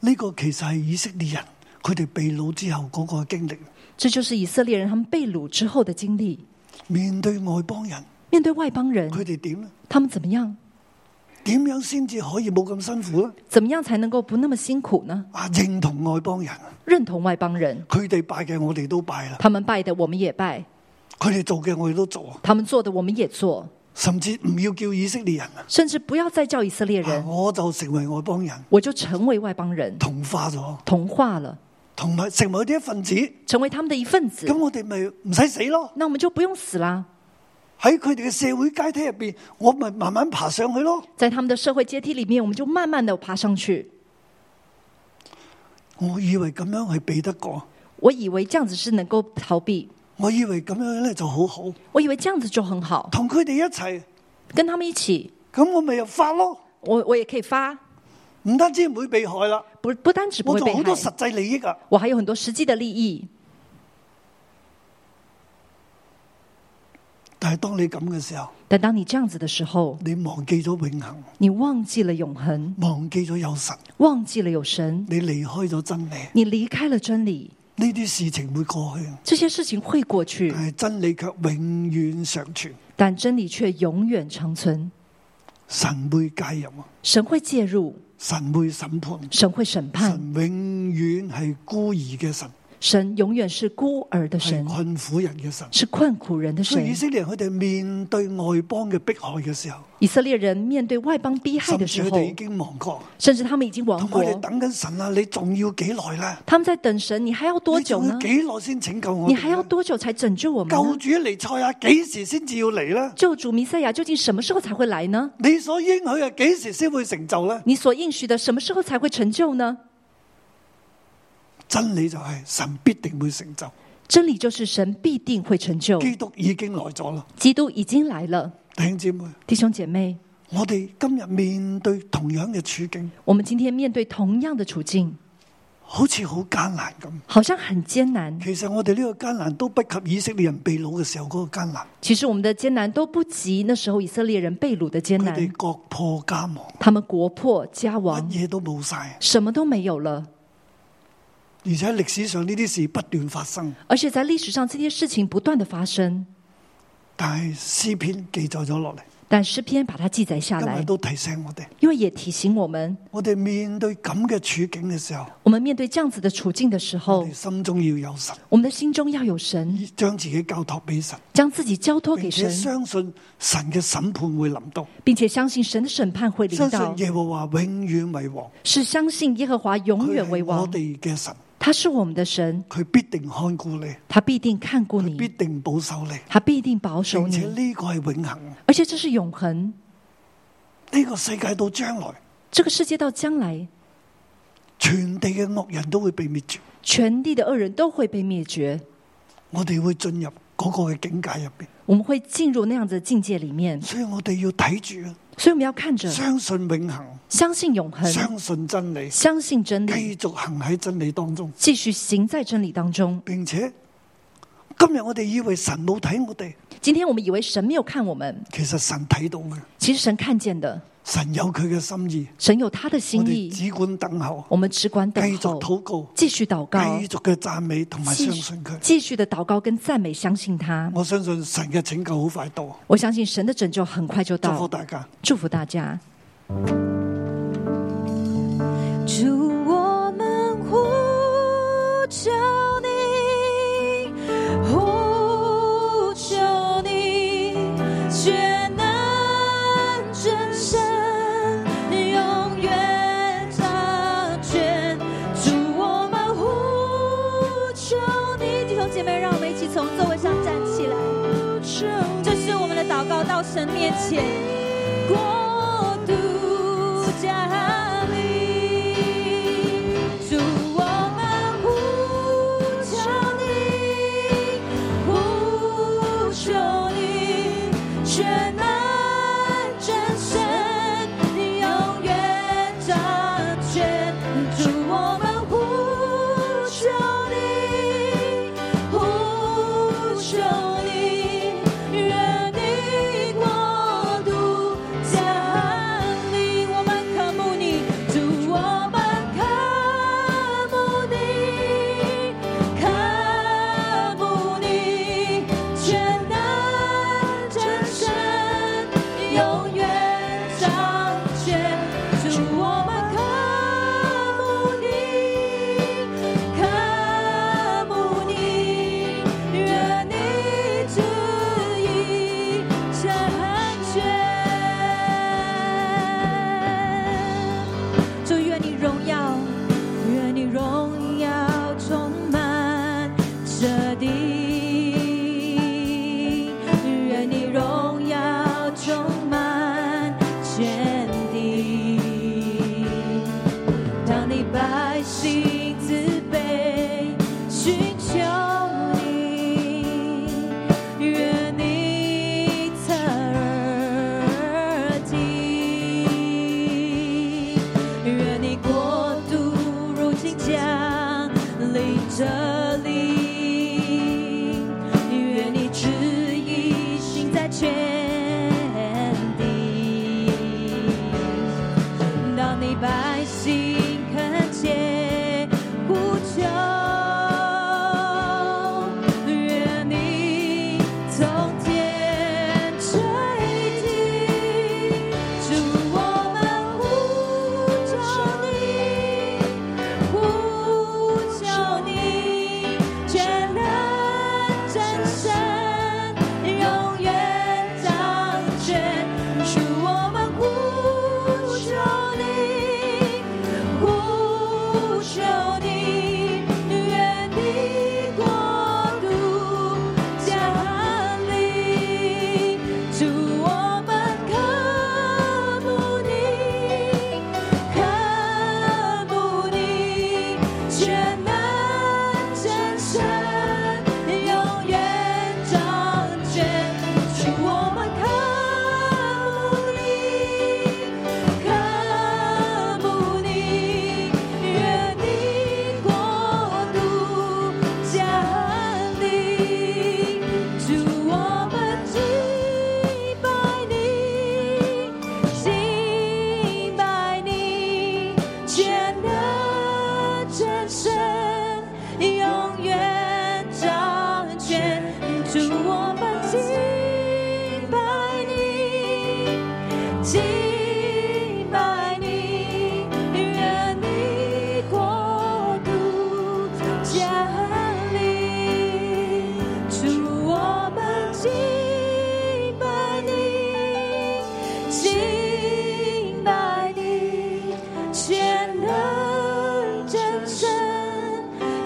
[SPEAKER 2] 呢、個其實係以色列人佢哋被掳之後嗰個經歷，
[SPEAKER 3] 这就是以色列人他们被掳之后的经历。
[SPEAKER 2] 面對外邦人，
[SPEAKER 3] 面对外邦人，
[SPEAKER 2] 佢哋點呢？
[SPEAKER 3] 他们怎么样？
[SPEAKER 2] 點樣先至可以冇咁辛苦呢？
[SPEAKER 3] 怎么样才能够不那么辛苦呢？
[SPEAKER 2] 啊，認同外邦人，
[SPEAKER 3] 认同外邦人，
[SPEAKER 2] 佢哋拜嘅我哋都拜啦，
[SPEAKER 3] 他们拜的我们也拜，
[SPEAKER 2] 佢哋做嘅我哋都做啊，
[SPEAKER 3] 他们做的我们也做，
[SPEAKER 2] 甚至唔要叫以色列人啊，
[SPEAKER 3] 甚至不要再叫以色列
[SPEAKER 2] 啊
[SPEAKER 3] 人，
[SPEAKER 2] 我就成為外邦人，
[SPEAKER 3] 我就成为外邦人，
[SPEAKER 2] 同化咗，
[SPEAKER 3] 同化了，
[SPEAKER 2] 同埋成為呢一份子，
[SPEAKER 3] 成为他们的一份子
[SPEAKER 2] 咁。我哋咪唔使死咯。
[SPEAKER 3] 那我们就不用死啦，
[SPEAKER 2] 喺佢哋嘅社會階梯入边，我咪慢慢爬上去咯。
[SPEAKER 3] 在他们的社会阶梯里面，我们就慢慢的爬上去。
[SPEAKER 2] 我以為咁樣係避得過，
[SPEAKER 3] 我以为这样子是能够逃避，
[SPEAKER 2] 我以為咁樣咧就好好，
[SPEAKER 3] 我以为这样子就很好，
[SPEAKER 2] 同佢哋一齊，
[SPEAKER 3] 跟他们一起，
[SPEAKER 2] 咁我咪又發咯。
[SPEAKER 3] 我我也可以发，
[SPEAKER 2] 唔單止唔會被害啦，
[SPEAKER 3] 不不单只不
[SPEAKER 2] 我
[SPEAKER 3] 会
[SPEAKER 2] 仲
[SPEAKER 3] 被
[SPEAKER 2] 好多
[SPEAKER 3] 害，
[SPEAKER 2] 實際利益啊！
[SPEAKER 3] 我还有很多实际的利益。
[SPEAKER 2] 但係當你咁嘅時候，
[SPEAKER 3] 但当你这样子的时候，
[SPEAKER 2] 你忘記咗永恒，
[SPEAKER 3] 你忘记了永恒，
[SPEAKER 2] 忘記咗有神，
[SPEAKER 3] 忘记了有神，
[SPEAKER 2] 你離開咗真理，呢
[SPEAKER 3] 你离开了真理，
[SPEAKER 2] 啲事情會過去，
[SPEAKER 3] 这些事情会过去
[SPEAKER 2] 但，係真理卻永遠常存。
[SPEAKER 3] 但真理却永远长存。
[SPEAKER 2] 神會介入，啊
[SPEAKER 3] 神会介入，
[SPEAKER 2] 神會審判，
[SPEAKER 3] 神会审判，
[SPEAKER 2] 神永遠係孤兒嘅神，
[SPEAKER 3] 神永远是孤儿的
[SPEAKER 2] 係
[SPEAKER 3] 神，
[SPEAKER 2] 困苦人嘅神。
[SPEAKER 3] 是困苦人的
[SPEAKER 2] 所
[SPEAKER 3] 神
[SPEAKER 2] 以以。色列人佢哋面對外邦嘅迫害嘅時候，
[SPEAKER 3] 以色列人面对外邦逼害
[SPEAKER 2] 甚
[SPEAKER 3] 的
[SPEAKER 2] 至
[SPEAKER 3] 时
[SPEAKER 2] 佢
[SPEAKER 3] 候
[SPEAKER 2] 哋，已經亡國，
[SPEAKER 3] 甚至他们已经亡
[SPEAKER 2] 同埋佢哋
[SPEAKER 3] 国，
[SPEAKER 2] 等緊神啦，你仲要幾耐啦？
[SPEAKER 3] 他们在等神，你还要多
[SPEAKER 2] 你
[SPEAKER 3] 久
[SPEAKER 2] 仲
[SPEAKER 3] 呢
[SPEAKER 2] 要？幾耐先拯救我哋
[SPEAKER 3] 你
[SPEAKER 2] 呢？
[SPEAKER 3] 还要多久才拯救我们
[SPEAKER 2] 救
[SPEAKER 3] 呢？
[SPEAKER 2] 主尼賽亞幾時先至要嚟呢？
[SPEAKER 3] 救主弥赛亚究竟什么时候才会来呢？
[SPEAKER 2] 你所應許嘅幾時先會成就呢？
[SPEAKER 3] 你所应许的什么时候才会成就呢？
[SPEAKER 2] 真理就係神必定會成就，
[SPEAKER 3] 真理就是神必定会成就，
[SPEAKER 2] 基督已經來咗啦。
[SPEAKER 3] 基督已经来了。
[SPEAKER 2] 弟兄姊妹，
[SPEAKER 3] 弟兄姐妹，
[SPEAKER 2] 我哋今日面對同樣嘅處境，
[SPEAKER 3] 我们今天面对同样的处境，
[SPEAKER 2] 好似好艱難咁。
[SPEAKER 3] 好像很艰难。
[SPEAKER 2] 其實我哋呢個艱難都不及以色列人被掳嘅時候嗰個艱難，
[SPEAKER 3] 其实我们的艰难都不及那时候以色列人被掳的艰
[SPEAKER 2] 佢哋
[SPEAKER 3] 难，
[SPEAKER 2] 國破家亡，
[SPEAKER 3] 他们国破家
[SPEAKER 2] 乜
[SPEAKER 3] 亡，
[SPEAKER 2] 嘢都冇晒。
[SPEAKER 3] 什么都没有了。
[SPEAKER 2] 而且喺歷史上呢啲事不斷發生。
[SPEAKER 3] 而且在历史上这些事情不断的发生，
[SPEAKER 2] 但係詩篇記載咗落嚟，
[SPEAKER 3] 但诗篇把它记载下
[SPEAKER 2] 今日
[SPEAKER 3] 来，
[SPEAKER 2] 都提醒我哋，
[SPEAKER 3] 因为也提醒我们，
[SPEAKER 2] 我哋面對咁嘅處境嘅時候，
[SPEAKER 3] 我们面对这样子的处境的时
[SPEAKER 2] 我
[SPEAKER 3] 候
[SPEAKER 2] 哋，心中要有神，
[SPEAKER 3] 我们的心中要有神，
[SPEAKER 2] 將自己交託俾神，
[SPEAKER 3] 将自己交托
[SPEAKER 2] 並
[SPEAKER 3] 给
[SPEAKER 2] 且
[SPEAKER 3] 神，
[SPEAKER 2] 相信神嘅審判會臨到，
[SPEAKER 3] 并且相信神的审判会临
[SPEAKER 2] 相
[SPEAKER 3] 到
[SPEAKER 2] 信，耶和華永遠為王，
[SPEAKER 3] 是相信耶和华永
[SPEAKER 2] 佢
[SPEAKER 3] 远为
[SPEAKER 2] 係我
[SPEAKER 3] 王，
[SPEAKER 2] 哋嘅神，
[SPEAKER 3] 他是我们的神，
[SPEAKER 2] 佢必定看顧你，
[SPEAKER 3] 他必定看顾
[SPEAKER 2] 必
[SPEAKER 3] 你，
[SPEAKER 2] 定保守你，
[SPEAKER 3] 他必定保守
[SPEAKER 2] 並且
[SPEAKER 3] 你，
[SPEAKER 2] 呢個係永恒，
[SPEAKER 3] 而且这是永恒。
[SPEAKER 2] 呢、個世界到將來，
[SPEAKER 3] 这个世界到将来，
[SPEAKER 2] 全地嘅惡人都會被滅絕，
[SPEAKER 3] 全地的恶人都会被灭绝，
[SPEAKER 2] 我哋會進入嗰個嘅境界入边，
[SPEAKER 3] 我们会进入那样子的境界里面，
[SPEAKER 2] 所以我哋要睇住啊。
[SPEAKER 3] 所以我们要看着，
[SPEAKER 2] 相信永恒，
[SPEAKER 3] 相信永恒，
[SPEAKER 2] 相信真理，
[SPEAKER 3] 相信真理，
[SPEAKER 2] 继续行喺真理当中，
[SPEAKER 3] 继续行在真理当中。
[SPEAKER 2] 并且今日我哋以为神冇睇我哋，
[SPEAKER 3] 今天我们以为神没有看我们，
[SPEAKER 2] 其实神睇到嘅，
[SPEAKER 3] 其实神看见的，
[SPEAKER 2] 神有佢嘅心意，
[SPEAKER 3] 神有他的
[SPEAKER 2] 我
[SPEAKER 3] 心
[SPEAKER 2] 哋
[SPEAKER 3] 意，
[SPEAKER 2] 只管等候，
[SPEAKER 3] 我们只管
[SPEAKER 2] 继
[SPEAKER 3] 等
[SPEAKER 2] 续
[SPEAKER 3] 候，
[SPEAKER 2] 祷告，
[SPEAKER 3] 继续祷告
[SPEAKER 2] 继，续嘅赞美同埋
[SPEAKER 3] 继
[SPEAKER 2] 相
[SPEAKER 3] 续
[SPEAKER 2] 信佢。
[SPEAKER 3] 继续的祷告跟赞美，相信他。
[SPEAKER 2] 我相信神嘅拯救好快到，
[SPEAKER 3] 我相信神的拯救很快就
[SPEAKER 2] 祝福
[SPEAKER 3] 到，
[SPEAKER 2] 大家。
[SPEAKER 3] 祝福大家。
[SPEAKER 4] 主，我们呼求你，呼求你，全能真神，永远掌权。主，我们呼求你，弟兄姐妹，让我们一起从座位上站起来，这是我们的祷告，到神面前。国度加力，主我们呼求你，呼求你，全能真神，你永远掌权。主我们呼求你，呼求你，愿你国度。降临，我们渴慕你，主，我们渴慕你，渴慕你，全能真神，永远掌权。主，我们渴慕你，渴慕你，愿你旨意成全。祝愿你荣耀，愿你荣耀充满这地，愿你荣耀充满全地。当你百姓自卑，寻求你，愿你侧耳听，愿你国度如今降临这里，愿你旨意行在全地。当你百姓恳切呼求，愿你从天垂听，主我们呼求你，呼求你，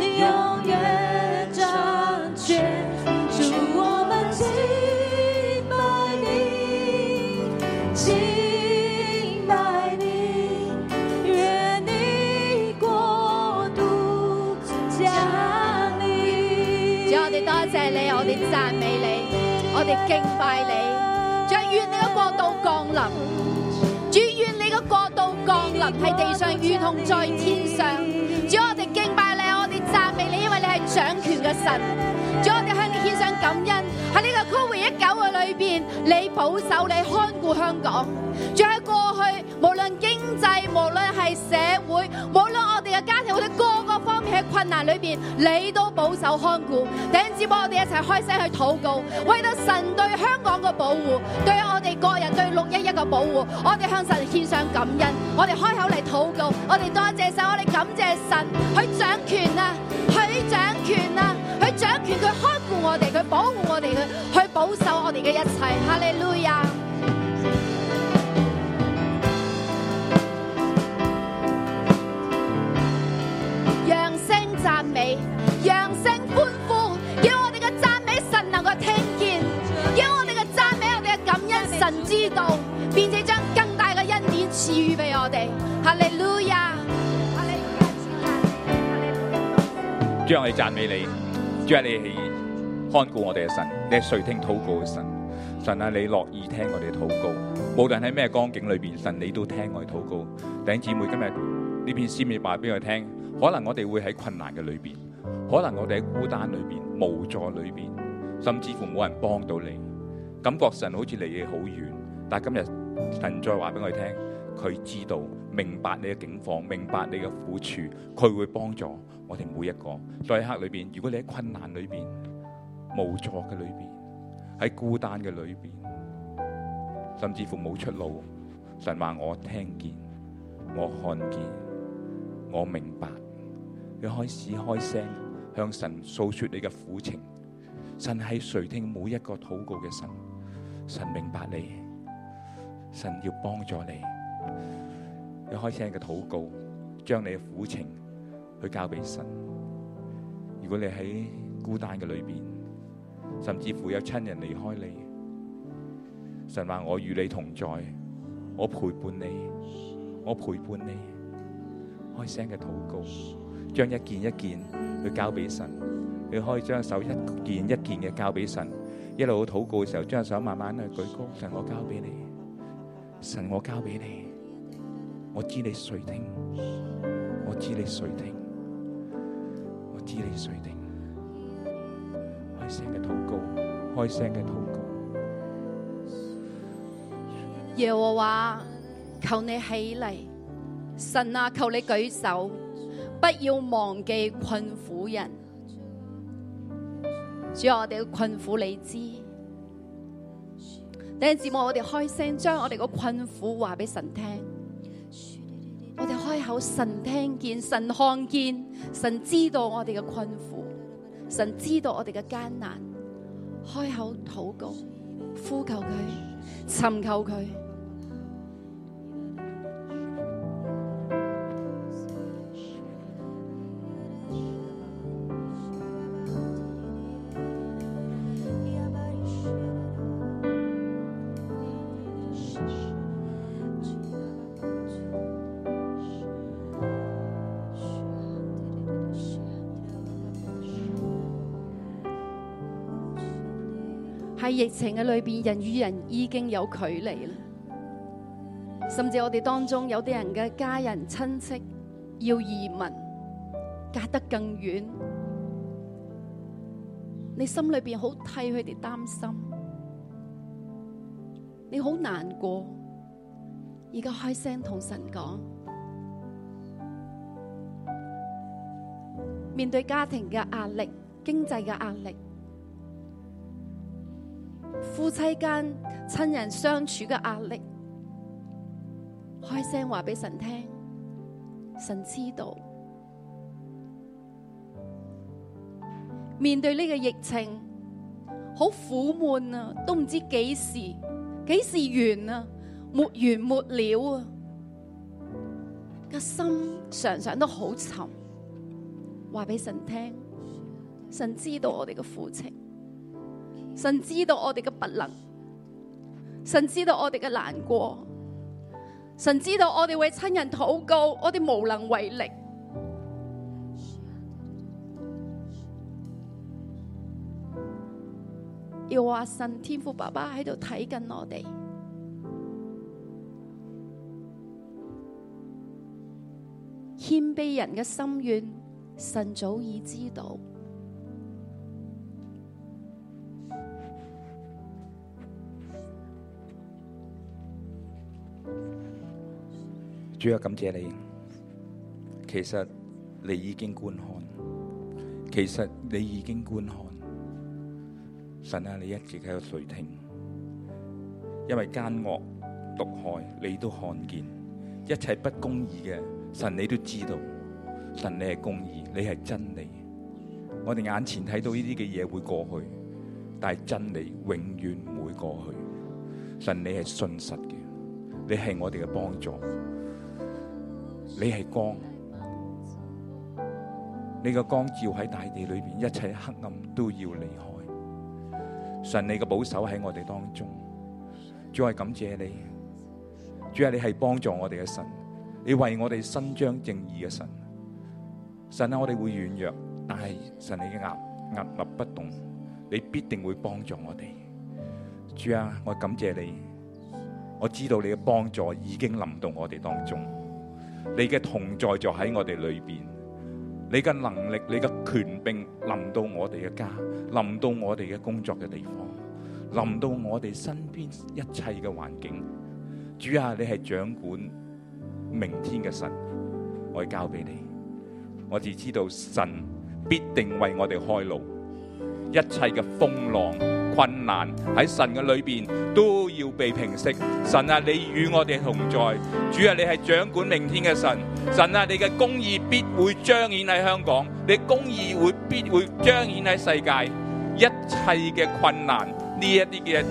[SPEAKER 4] 永远掌权。主，我们敬拜你，敬拜你，愿你国度降临。
[SPEAKER 5] 主，我哋多謝你，我哋讚美你，我哋敬拜你。主，願你嘅國度降臨。主，願你嘅國度降臨喺地上，如同在天上。主，我哋敬拜你，我哋讚美你，因為你係掌權嘅神。主，我哋向你獻上感恩。喺呢個 Covid 一九嘅裏邊，你保守，你看顧香港。仲喺過去，無論經濟，無論係社會，無論我哋嘅家庭，我哋各個方面嘅困難裏邊，你都保守看顧。弟兄姊妹，我哋一齊開聲去禱告，為到神對香港嘅保護，對我哋個人對六一一嘅保護，我哋向神獻上感恩，我哋開口嚟禱告，我哋多謝神，我哋感謝神，佢掌權啊，佢掌權啊，佢掌權，佢看顧我哋，佢保護我哋，佢去保守我哋嘅一切。哈利路亞！扬声赞美，扬声欢呼，叫我哋嘅赞美神能够听见，叫我哋嘅赞美，我哋嘅感恩神知道，并且将更大嘅恩典赐予俾我哋。哈利路亚！哈利路啊亚！
[SPEAKER 6] 主啊，我哋赞美你，主啊，你係看顧我哋嘅神，你係垂聽禱告嘅神，神啊，你樂意聽我哋嘅禱告，無論喺咩光景裏边，神你都聽我哋禱告。弟兄姊妹，今日呢篇詩篇話俾我哋聽，可能我哋會喺困難嘅裏边，可能我哋喺孤單裏边、無助裏边，甚至乎冇人幫到你，感覺神好似離你好遠。但系今日神再話俾我哋聽，佢知道、明白你嘅境況，明白你嘅苦處，佢會幫助我哋每一個。在一刻裏边，如果你喺困難裏边、無助嘅裏边、喺孤單嘅裏边，甚至乎冇出路，神話我聽見，我看見，我明白。你開始開聲向神訴说你嘅苦情，神係垂聽每一個禱告嘅神，神明白你。神要幫助你。你開聲嘅禱告，將你嘅苦情去交俾神。如果你喺孤單嘅裏邊，甚至乎有親人離開你，神話我與你同在，我陪伴你，我陪伴你。開聲嘅禱告，將一件一件去交俾神。你可以將手一件一件嘅交俾神，一路禱告嘅時候，將手慢慢去舉高，神我交俾你。神，我交俾你，我知你垂聽，我知你垂聽，我知你垂聽。開聲嘅禱告，開聲嘅禱告，
[SPEAKER 5] 耶和華，求你起嚟，神啊，求你舉手，不要忘記困苦人。主啊，我哋嘅困苦你知，弟兄姊妹，我哋開聲將我哋嘅困苦話俾神聽。我哋開口，神聽見，神看見，神知道我哋嘅困苦，神知道我哋嘅艱難。開口禱告，呼求佢，尋求佢。喺疫情嘅裏边，人與人已經有距離啦。甚至我哋當中有啲人嘅家人親戚要移民，隔得更遠，你心裏边好替佢哋擔心，你好難過。而家開聲同神講，面對家庭嘅壓力、經濟嘅壓力。夫妻間親人相處嘅壓力，開聲話俾神聽，神知道。面對呢個疫情，好苦悶啊，都唔知幾時幾時完啊，沒完沒了啊，個心常常都好沉。话俾神听，神知道我哋嘅苦情，神知道我哋嘅不能，神知道我哋嘅难过，神知道我哋为亲人祷告，我哋无能为力。要话神天父爸爸喺度睇紧我哋。谦卑人嘅心愿，神早已知道。
[SPEAKER 6] 主啊，感謝你。其實你已經觀看，其實你已經觀看。神啊，你一直喺度垂聽，因為奸惡、毒害你都看見，一切不公義嘅神你都知道。神你係公義，你係真理。我哋眼前睇到呢啲嘅嘢會過去，但係真理永遠唔會過去。神你係信實嘅，你係我哋嘅幫助。你係光，你嘅光照喺大地裏边，一切黑暗都要離開。神你嘅保守喺我哋當中，主係感謝你，主係你係幫助我哋嘅神，你為我哋伸張正義嘅神。神啊，我哋會軟弱，但係神你嘅壓壓立不動，你必定會幫助我哋。主啊，我感謝你，我知道你嘅幫助已經臨到我哋當中。你嘅同在就喺我哋裏边，你嘅能力、你嘅權柄臨到我哋嘅家，臨到我哋嘅工作嘅地方，臨到我哋身邊一切嘅環境。主啊，你係掌管明天嘅神，我交俾你。我只知道神必定為我哋開路，一切嘅風浪、困難喺神嘅裏边都要被平息。神啊，你與我哋同在。主啊，你係掌管明天嘅神，神啊，你嘅公義必會彰顯喺香港，你公義會必會彰顯喺世界，一切嘅困難，呢一啲嘅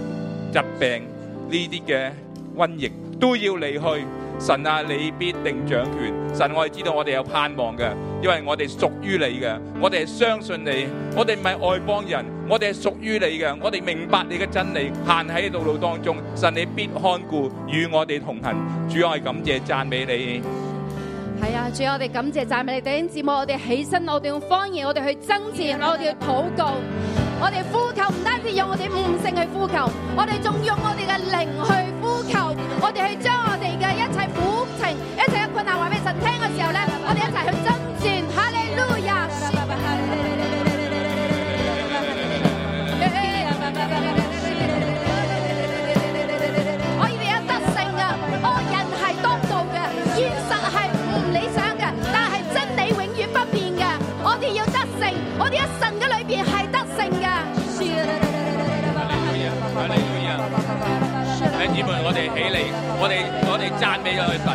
[SPEAKER 6] 疾病，呢啲嘅瘟疫都要離去。神啊，你必定掌權。神，我哋知道我哋有盼望嘅，因為我哋屬於你嘅，我哋係相信你，我哋唔係外邦人，我哋係屬於你嘅，我哋明白你嘅真理，行喺道路當中，神你必看顧，與我哋同行。主，我係感謝讚美你。
[SPEAKER 5] 系啊，主，我哋感謝讚美你弟兄姊妹，我哋起身，我哋用方言，我哋去爭戰，我哋去禱告，我哋呼求，唔單止用我哋悟性去呼求，我哋仲用我哋嘅靈去呼求，我哋去將我哋嘅一切苦情、一切嘅困難話俾神聽嘅時候咧，我哋一齊去爭戰，哈利路亞！我哋有得勝嘅，我人係當道嘅，現實係唔理想嘅，但係真理永遠不變嘅。我哋要得勝，我哋喺神嘅裏邊係得勝嘅。
[SPEAKER 7] 弟兄姊妹，哎我哋起嚟，我哋我哋讚美我哋神，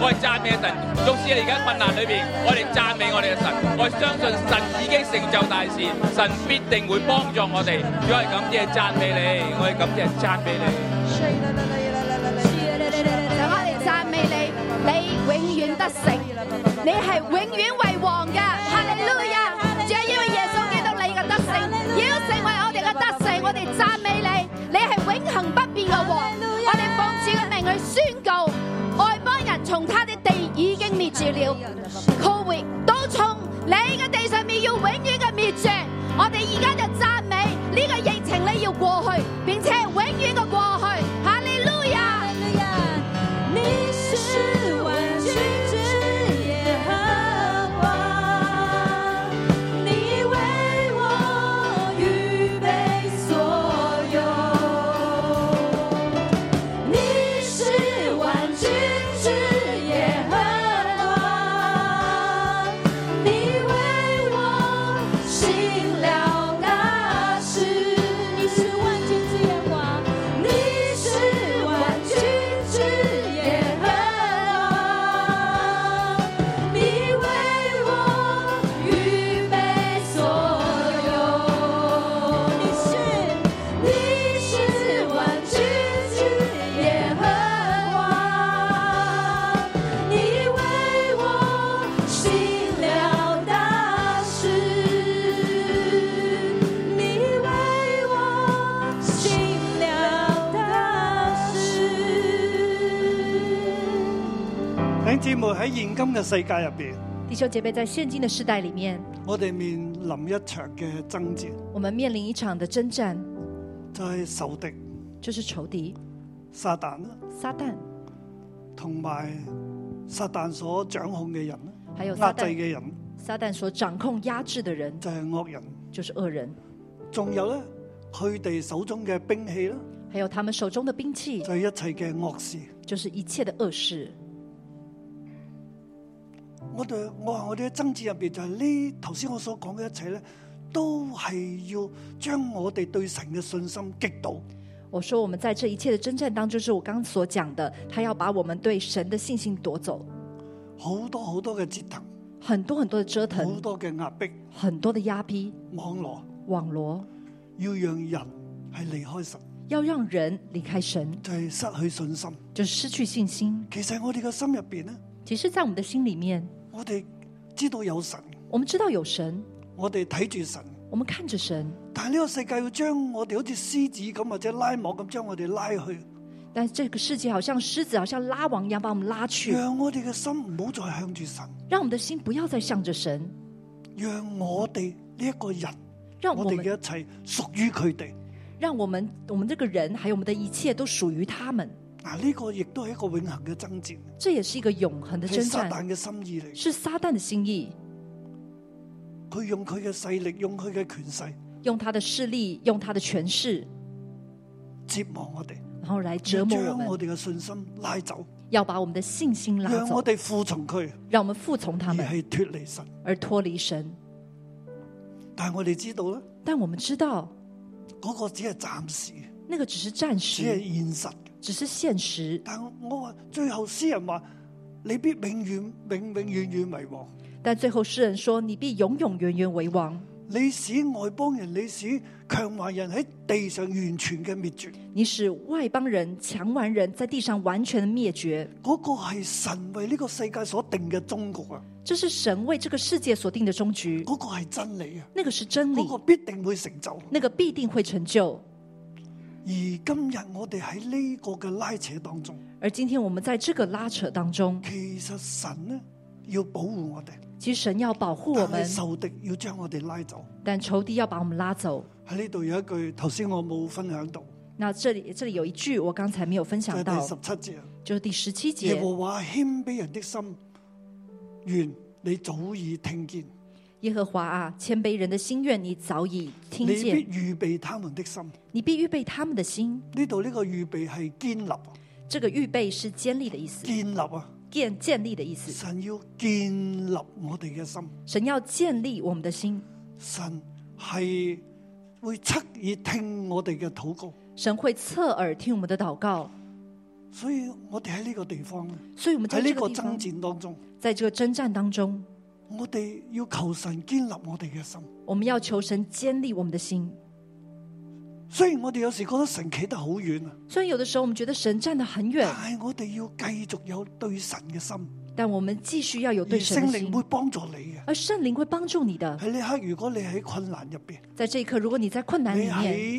[SPEAKER 7] 我哋讚美神。縱使你而家困難裏邊，我哋讚美我哋嘅神，我哋相信神已經成就大事，神必定會幫助我哋。如果係咁，即係讚美你，我哋咁即係讚美你。
[SPEAKER 5] 神，我哋讚美你，你永遠得勝，你係永遠為王嘅。哈利路亞！主要因為耶穌基督你嘅得勝，要成為我哋嘅得勝，我哋讚美你，你係永恆不變嘅王。我哋奉主嘅名去宣告，外邦人從他的地已經滅絕了，Covid 都從你嘅地上面要永遠嘅滅絕。我哋而家就讚美呢個疫情你要過去，並且係永遠嘅過去。哈利路亞！
[SPEAKER 4] 你是万军之耶和华，你为我预备所有。你是万军之耶和华，你为我行了大事。你是万军之耶和华。你是万军之耶和华，你为我预备所有。你是你是万军之耶和华，你为我行了大事。
[SPEAKER 2] 姊妹喺現今嘅世界入边，
[SPEAKER 3] 弟兄姐妹，在现今的时代里面，
[SPEAKER 2] 我哋面臨一場嘅爭戰，
[SPEAKER 3] 我们面临一场的征战，
[SPEAKER 2] 就係仇敵
[SPEAKER 3] 就是仇敌
[SPEAKER 2] 撒旦啦，
[SPEAKER 3] 撒旦，
[SPEAKER 2] 同埋撒旦所掌控嘅人啦，
[SPEAKER 3] 还有撒
[SPEAKER 2] 壓制
[SPEAKER 3] 旦
[SPEAKER 2] 嘅人
[SPEAKER 3] 撒旦所掌控压制的人
[SPEAKER 2] 就係惡人，
[SPEAKER 3] 就是恶人，
[SPEAKER 2] 仲有咧佢哋手中嘅兵器啦，
[SPEAKER 3] 还有他们手中的兵器
[SPEAKER 2] 就係一切嘅惡事。
[SPEAKER 3] 就是一切的恶事。
[SPEAKER 2] 我哋我話我哋喺爭戰入邊就係呢頭先我所講嘅一切咧，都係要將我哋對神嘅信心擊倒。
[SPEAKER 3] 我说，我们在这一切的征战当中，就是我刚刚所讲的，他要把我们对神的信心夺走，
[SPEAKER 2] 好多好多嘅折騰，
[SPEAKER 3] 很多很多的折
[SPEAKER 2] 好
[SPEAKER 3] 腾，
[SPEAKER 2] 多嘅壓迫、
[SPEAKER 3] 很多的压迫、
[SPEAKER 2] 網羅，
[SPEAKER 3] 网罗，
[SPEAKER 2] 要讓人係離開神，
[SPEAKER 3] 要让人离开神，
[SPEAKER 2] 就係、失去信心。
[SPEAKER 3] 就是失去信心。
[SPEAKER 2] 其實我哋嘅心入邊咧，
[SPEAKER 3] 其实，在我们的心里面，
[SPEAKER 2] 我哋知道有神，
[SPEAKER 3] 我们知道有神，
[SPEAKER 2] 我哋睇住神，
[SPEAKER 3] 我们看着神，
[SPEAKER 2] 但係呢個世界要將我哋好似獅子咁或者拉網咁將我哋拉去，
[SPEAKER 3] 但这个世界好像狮子，好像拉网一样把我们拉去，
[SPEAKER 2] 讓我哋嘅心唔好再向住神，
[SPEAKER 3] 让我们的心不要再向着神，
[SPEAKER 2] 讓我哋呢一個人。
[SPEAKER 3] 让
[SPEAKER 2] 我
[SPEAKER 3] 我
[SPEAKER 2] 哋
[SPEAKER 3] 们
[SPEAKER 2] 嘅一切屬於佢哋。
[SPEAKER 3] 让我们我们这个人还有我们的一切都属于他们。
[SPEAKER 2] 嗱，呢個亦都係一個永恆嘅爭戰，
[SPEAKER 3] 这也是一个永恒的
[SPEAKER 2] 係
[SPEAKER 3] 征
[SPEAKER 2] 撒
[SPEAKER 3] 战，
[SPEAKER 2] 旦嘅心意嚟。
[SPEAKER 3] 是撒旦的心意，
[SPEAKER 2] 佢用佢嘅勢力，用佢嘅權勢
[SPEAKER 3] 用他的势力，用他的权势，
[SPEAKER 2] 折磨我哋，
[SPEAKER 3] 然后来折磨我
[SPEAKER 2] 將我
[SPEAKER 3] 们，
[SPEAKER 2] 哋嘅信心拉走，
[SPEAKER 3] 要把我们的信心拉
[SPEAKER 2] 讓
[SPEAKER 3] 走
[SPEAKER 2] 我，哋服從佢，
[SPEAKER 3] 让我们服从
[SPEAKER 2] 而
[SPEAKER 3] 他们，
[SPEAKER 2] 係脱離神。
[SPEAKER 3] 而脱离神。
[SPEAKER 2] 但係我哋知道咧，
[SPEAKER 3] 但我们知道，
[SPEAKER 2] 嗰、個只係暫時，
[SPEAKER 3] 那个只是暂
[SPEAKER 2] 只係
[SPEAKER 3] 时，
[SPEAKER 2] 現實。
[SPEAKER 3] 只是现实。
[SPEAKER 2] 但我話最後詩人話：你必永遠永永遠遠為王。
[SPEAKER 3] 但最后诗人说：“你必永永远远为王，
[SPEAKER 2] 你使外邦人，你使強橫人喺地上完全嘅滅絕。
[SPEAKER 3] 你使外邦人、强顽人在地上完全的灭绝。
[SPEAKER 2] 嗰、個係神為呢個世界所定嘅中國啊！”
[SPEAKER 3] 这是神为这个世界所定的终局，
[SPEAKER 2] 嗰個係真理啊！
[SPEAKER 3] 那个是真理
[SPEAKER 2] 嗰、個，必定會成就。而
[SPEAKER 3] 那个必定会成就。
[SPEAKER 2] 今日我哋喺呢個嘅拉扯當中，
[SPEAKER 3] 而今天我们在这个拉扯当中，
[SPEAKER 2] 其實神呢要保護我哋，
[SPEAKER 3] 其实神要保护我
[SPEAKER 2] 但
[SPEAKER 3] 们
[SPEAKER 2] 係，仇敵要將我哋拉走。
[SPEAKER 3] 但仇敌要把我们拉走。
[SPEAKER 2] 喺呢度有一句，頭先我冇分享到，
[SPEAKER 3] 那这里这里有一句我刚才没有分
[SPEAKER 2] 就
[SPEAKER 3] 享
[SPEAKER 2] 係
[SPEAKER 3] 到，
[SPEAKER 2] 第十七節啊。
[SPEAKER 3] 就是第十七
[SPEAKER 2] 耶
[SPEAKER 3] 节，
[SPEAKER 2] 和華謙卑人的心，願你早已聽見，
[SPEAKER 3] 耶和华啊，谦卑人的心愿你早已
[SPEAKER 2] 你
[SPEAKER 3] 听
[SPEAKER 2] 必
[SPEAKER 3] 见，
[SPEAKER 2] 預備他們的心。
[SPEAKER 3] 你必预备他们的心。
[SPEAKER 2] 呢度呢個預備係建立啊，
[SPEAKER 3] 这个预备是建立的意思，
[SPEAKER 2] 建立啊！
[SPEAKER 3] 建建立的意思。
[SPEAKER 2] 神要建立我哋嘅心。
[SPEAKER 3] 神要建立我们的心，
[SPEAKER 2] 神系会侧耳听我哋嘅祷告，
[SPEAKER 3] 神会侧耳听我们的祷告。
[SPEAKER 2] 所以我哋喺呢个地方咧，
[SPEAKER 3] 所以我们在
[SPEAKER 2] 喺呢
[SPEAKER 3] 这个
[SPEAKER 2] 个
[SPEAKER 3] 地
[SPEAKER 2] 争
[SPEAKER 3] 方，
[SPEAKER 2] 战当中，
[SPEAKER 3] 在这个征战当中，
[SPEAKER 2] 我哋要求神建立我哋嘅心。
[SPEAKER 3] 我们要求神建立我们的心。
[SPEAKER 2] 虽然我哋有时觉得神企得好远啊，
[SPEAKER 3] 虽然有的时候我们觉得神站得很远，
[SPEAKER 2] 但系我哋要继续有对神嘅心，
[SPEAKER 3] 但我们继续要有对
[SPEAKER 2] 而
[SPEAKER 3] 神
[SPEAKER 2] 圣
[SPEAKER 3] 的
[SPEAKER 2] 灵
[SPEAKER 3] 心
[SPEAKER 2] 会，帮助你嘅。
[SPEAKER 3] 而圣灵会帮助你的。
[SPEAKER 2] 喺呢刻，如果你喺困难入边，
[SPEAKER 3] 在这一刻，如果你在困难里
[SPEAKER 2] 你
[SPEAKER 3] 面，
[SPEAKER 2] 喺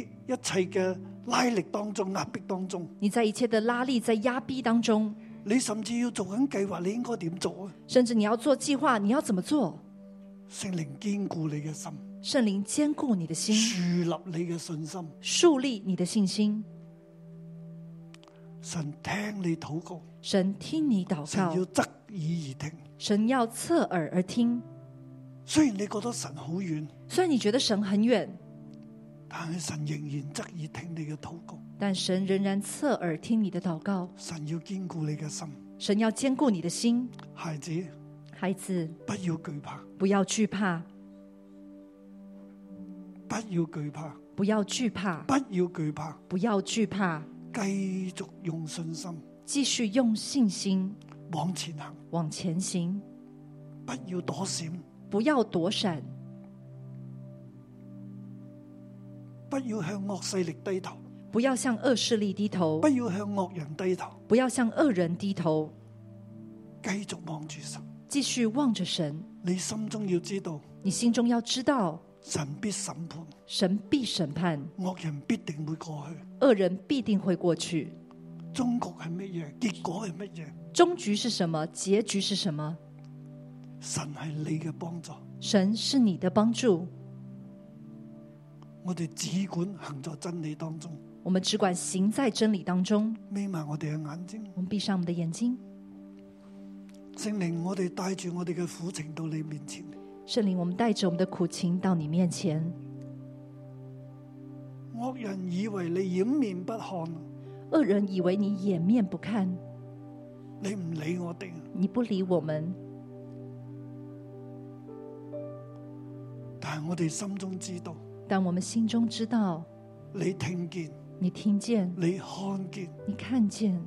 [SPEAKER 2] 一切嘅拉力当中、压迫当中，
[SPEAKER 3] 你在一切的拉力、在压逼当中，
[SPEAKER 2] 你甚至要做紧计划，你应该点做啊？
[SPEAKER 3] 甚至你要做计划，你要怎么做？
[SPEAKER 2] 圣灵坚固你嘅心，
[SPEAKER 3] 圣灵坚固你的心，
[SPEAKER 2] 树立你嘅信心。
[SPEAKER 3] 树立你的信心。
[SPEAKER 2] 神聽你禱告，
[SPEAKER 3] 神听你祷
[SPEAKER 2] 神要
[SPEAKER 3] 告，
[SPEAKER 2] 側耳而聽。
[SPEAKER 3] 神要侧耳而听。
[SPEAKER 2] 雖然你覺得神好遠，
[SPEAKER 3] 虽然你觉得神很远，
[SPEAKER 2] 但係神仍然側耳聽你嘅禱告。
[SPEAKER 3] 但神仍然侧耳听你的祷告。
[SPEAKER 2] 神要堅固你嘅心，
[SPEAKER 3] 神要坚固你的心，
[SPEAKER 2] 孩子
[SPEAKER 3] 孩子
[SPEAKER 2] 不要懼怕，
[SPEAKER 3] 不要惧怕，
[SPEAKER 2] 不要懼怕，
[SPEAKER 3] 不要惧怕，
[SPEAKER 2] 不要懼怕，
[SPEAKER 3] 不要惧怕，
[SPEAKER 2] 繼續用信心
[SPEAKER 3] 继续用信心
[SPEAKER 2] 往前行，
[SPEAKER 3] 往前行，
[SPEAKER 2] 不要躲閃，
[SPEAKER 3] 不要躲闪，
[SPEAKER 2] 不要向惡勢力低頭，
[SPEAKER 3] 不要向恶势力低头
[SPEAKER 2] 不，要向惡人低頭，
[SPEAKER 3] 不要向恶人低头，
[SPEAKER 2] 繼續望住神。
[SPEAKER 3] 继续望着神。
[SPEAKER 2] 你心中要知道，
[SPEAKER 3] 你心中要知道，
[SPEAKER 2] 神必審判，
[SPEAKER 3] 神必审判，
[SPEAKER 2] 惡人必定會過去。
[SPEAKER 3] 恶人必定会过去。
[SPEAKER 2] 終局係乜嘢，結果係乜嘢。
[SPEAKER 3] 终局是什么？结局是什么？
[SPEAKER 2] 神係你嘅幫助，
[SPEAKER 3] 神是你的帮助，
[SPEAKER 2] 我哋只管行在真理當中，
[SPEAKER 3] 我们只管行在真理当中。
[SPEAKER 2] 眯埋我哋嘅眼睛。
[SPEAKER 3] 我们闭上我们的眼睛，
[SPEAKER 2] 聖靈，我哋帶住我哋嘅苦情到你面前，
[SPEAKER 3] 圣灵，我们带着我们的苦情到你面前。
[SPEAKER 2] 惡人以為你掩面不看，
[SPEAKER 3] 恶人以为你掩面不看，
[SPEAKER 2] 你唔理我哋，
[SPEAKER 3] 你不理我们，
[SPEAKER 2] 但係我哋心中知道，
[SPEAKER 3] 但我们心中知道，
[SPEAKER 2] 你聽見，
[SPEAKER 3] 你听见，
[SPEAKER 2] 你看見，
[SPEAKER 3] 你看见，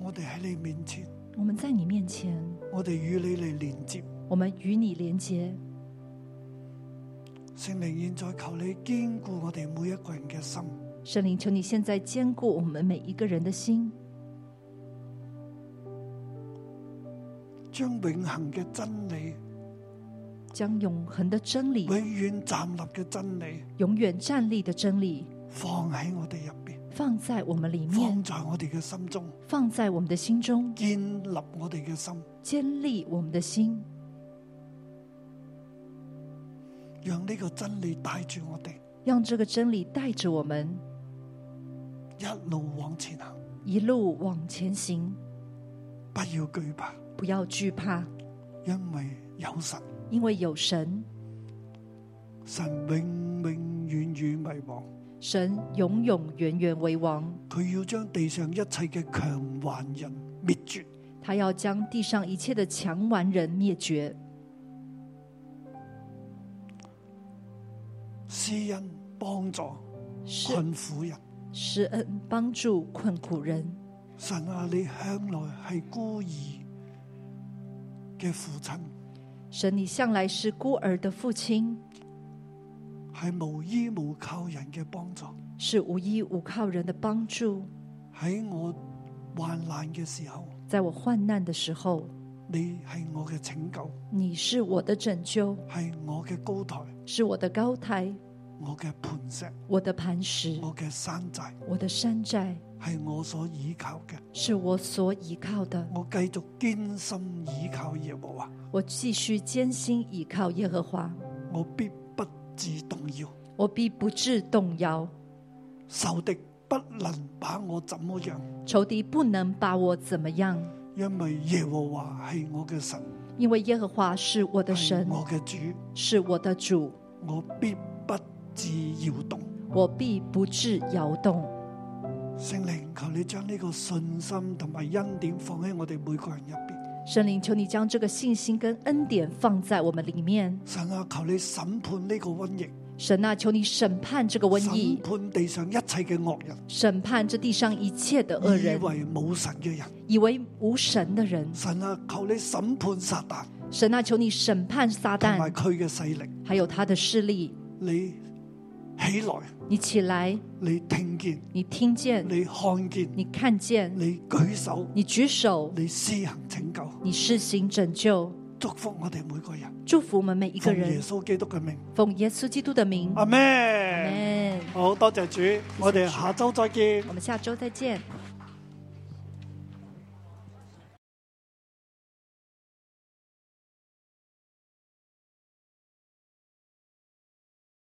[SPEAKER 2] 我哋喺你面前，
[SPEAKER 3] 我们在你面前，
[SPEAKER 2] 我哋與你嚟連接。
[SPEAKER 3] 我们与你连结。
[SPEAKER 2] 聖靈，現在求你堅固我哋每一個人嘅心，
[SPEAKER 3] 圣灵，求你现在坚固我们每一个人的心，
[SPEAKER 2] 將永恆嘅真理、
[SPEAKER 3] 将永恒的真理
[SPEAKER 2] 永、遠站立嘅真理
[SPEAKER 3] 永远站立的真理
[SPEAKER 2] 放喺我哋入边，
[SPEAKER 3] 放在我们里面
[SPEAKER 2] 放，在我哋嘅心中，
[SPEAKER 3] 放在我们的心中，
[SPEAKER 2] 建立我哋嘅心，
[SPEAKER 3] 建立我们的心，
[SPEAKER 2] 讓呢個真理帶住我哋
[SPEAKER 3] 让这个真理带着我们
[SPEAKER 2] 一路往前行，
[SPEAKER 3] 一路往前行，
[SPEAKER 2] 不要懼怕，
[SPEAKER 3] 不要惧怕，
[SPEAKER 2] 因為有神，
[SPEAKER 3] 因为有神，
[SPEAKER 2] 神永永遠遠為王，
[SPEAKER 3] 神永永远远为王，
[SPEAKER 2] 佢要將地上一切嘅強顽人滅絕，
[SPEAKER 3] 他要将地上一切的强顽人灭绝，
[SPEAKER 2] 施恩幫助
[SPEAKER 3] 施
[SPEAKER 2] 困苦人。
[SPEAKER 3] 施恩帮助困苦人。
[SPEAKER 2] 神啊，你向來係孤兒嘅父親，
[SPEAKER 3] 神，你向来是孤儿的父亲，
[SPEAKER 2] 係無依無靠人嘅幫助。
[SPEAKER 3] 是无依无靠人的帮助。
[SPEAKER 2] 喺我患難嘅時候，
[SPEAKER 3] 在我患难的时候，
[SPEAKER 2] 你係我嘅拯救，
[SPEAKER 3] 你是我的拯救，
[SPEAKER 2] 係我嘅高台，
[SPEAKER 3] 是我的高台，
[SPEAKER 2] 我嘅磐石，
[SPEAKER 3] 我的磐石，
[SPEAKER 2] 我嘅山寨，
[SPEAKER 3] 我的山寨，
[SPEAKER 2] 係我所倚靠嘅。
[SPEAKER 3] 是我所依靠的。
[SPEAKER 2] 我繼續堅心倚靠耶和華，
[SPEAKER 3] 我继续艰辛倚靠耶和华，
[SPEAKER 2] 我必不自動搖，
[SPEAKER 3] 我必不致动摇。
[SPEAKER 2] 仇敵不能把我怎麼樣，
[SPEAKER 3] 仇敌不能把我怎么样，
[SPEAKER 2] 因為耶和華係我嘅神，
[SPEAKER 3] 因为耶和华是我的
[SPEAKER 2] 係
[SPEAKER 3] 神，
[SPEAKER 2] 我嘅主。
[SPEAKER 3] 是我的主，
[SPEAKER 2] 我必不自摇动。
[SPEAKER 3] 我必不致摇动。
[SPEAKER 2] 圣灵，求你将呢个信心同埋恩典放喺我哋每个人入边。
[SPEAKER 3] 神灵，求你将这个信心跟恩典放在我们里面。
[SPEAKER 2] 神啊，求你审判呢个瘟疫，
[SPEAKER 3] 神啊，求你审判这个瘟
[SPEAKER 2] 审
[SPEAKER 3] 疫，
[SPEAKER 2] 判地上一切嘅恶人，
[SPEAKER 3] 审判这地上一切的恶
[SPEAKER 2] 以
[SPEAKER 3] 人，
[SPEAKER 2] 为冇神嘅人。
[SPEAKER 3] 以为无神的人。
[SPEAKER 2] 神啊，求你审判撒旦
[SPEAKER 3] 神啊，求你审判撒
[SPEAKER 2] 同埋
[SPEAKER 3] 旦，
[SPEAKER 2] 佢嘅势力。
[SPEAKER 3] 还有他的势力。
[SPEAKER 2] 你起来，
[SPEAKER 3] 你起来，
[SPEAKER 2] 你听见，
[SPEAKER 3] 你听见，
[SPEAKER 2] 你看见，
[SPEAKER 3] 你看见，
[SPEAKER 2] 你举手，
[SPEAKER 3] 你举手，
[SPEAKER 2] 你施行拯救，
[SPEAKER 3] 你施行拯救，
[SPEAKER 2] 祝福我哋每个人。
[SPEAKER 3] 祝福我们每一个
[SPEAKER 2] 奉耶
[SPEAKER 3] 人。
[SPEAKER 2] 稣基督嘅名，
[SPEAKER 3] 奉耶稣基督的名，
[SPEAKER 2] 阿
[SPEAKER 3] 阿
[SPEAKER 2] 咩？
[SPEAKER 3] 门。
[SPEAKER 2] 好多谢主，我哋下周再见。
[SPEAKER 3] 我们下周再见。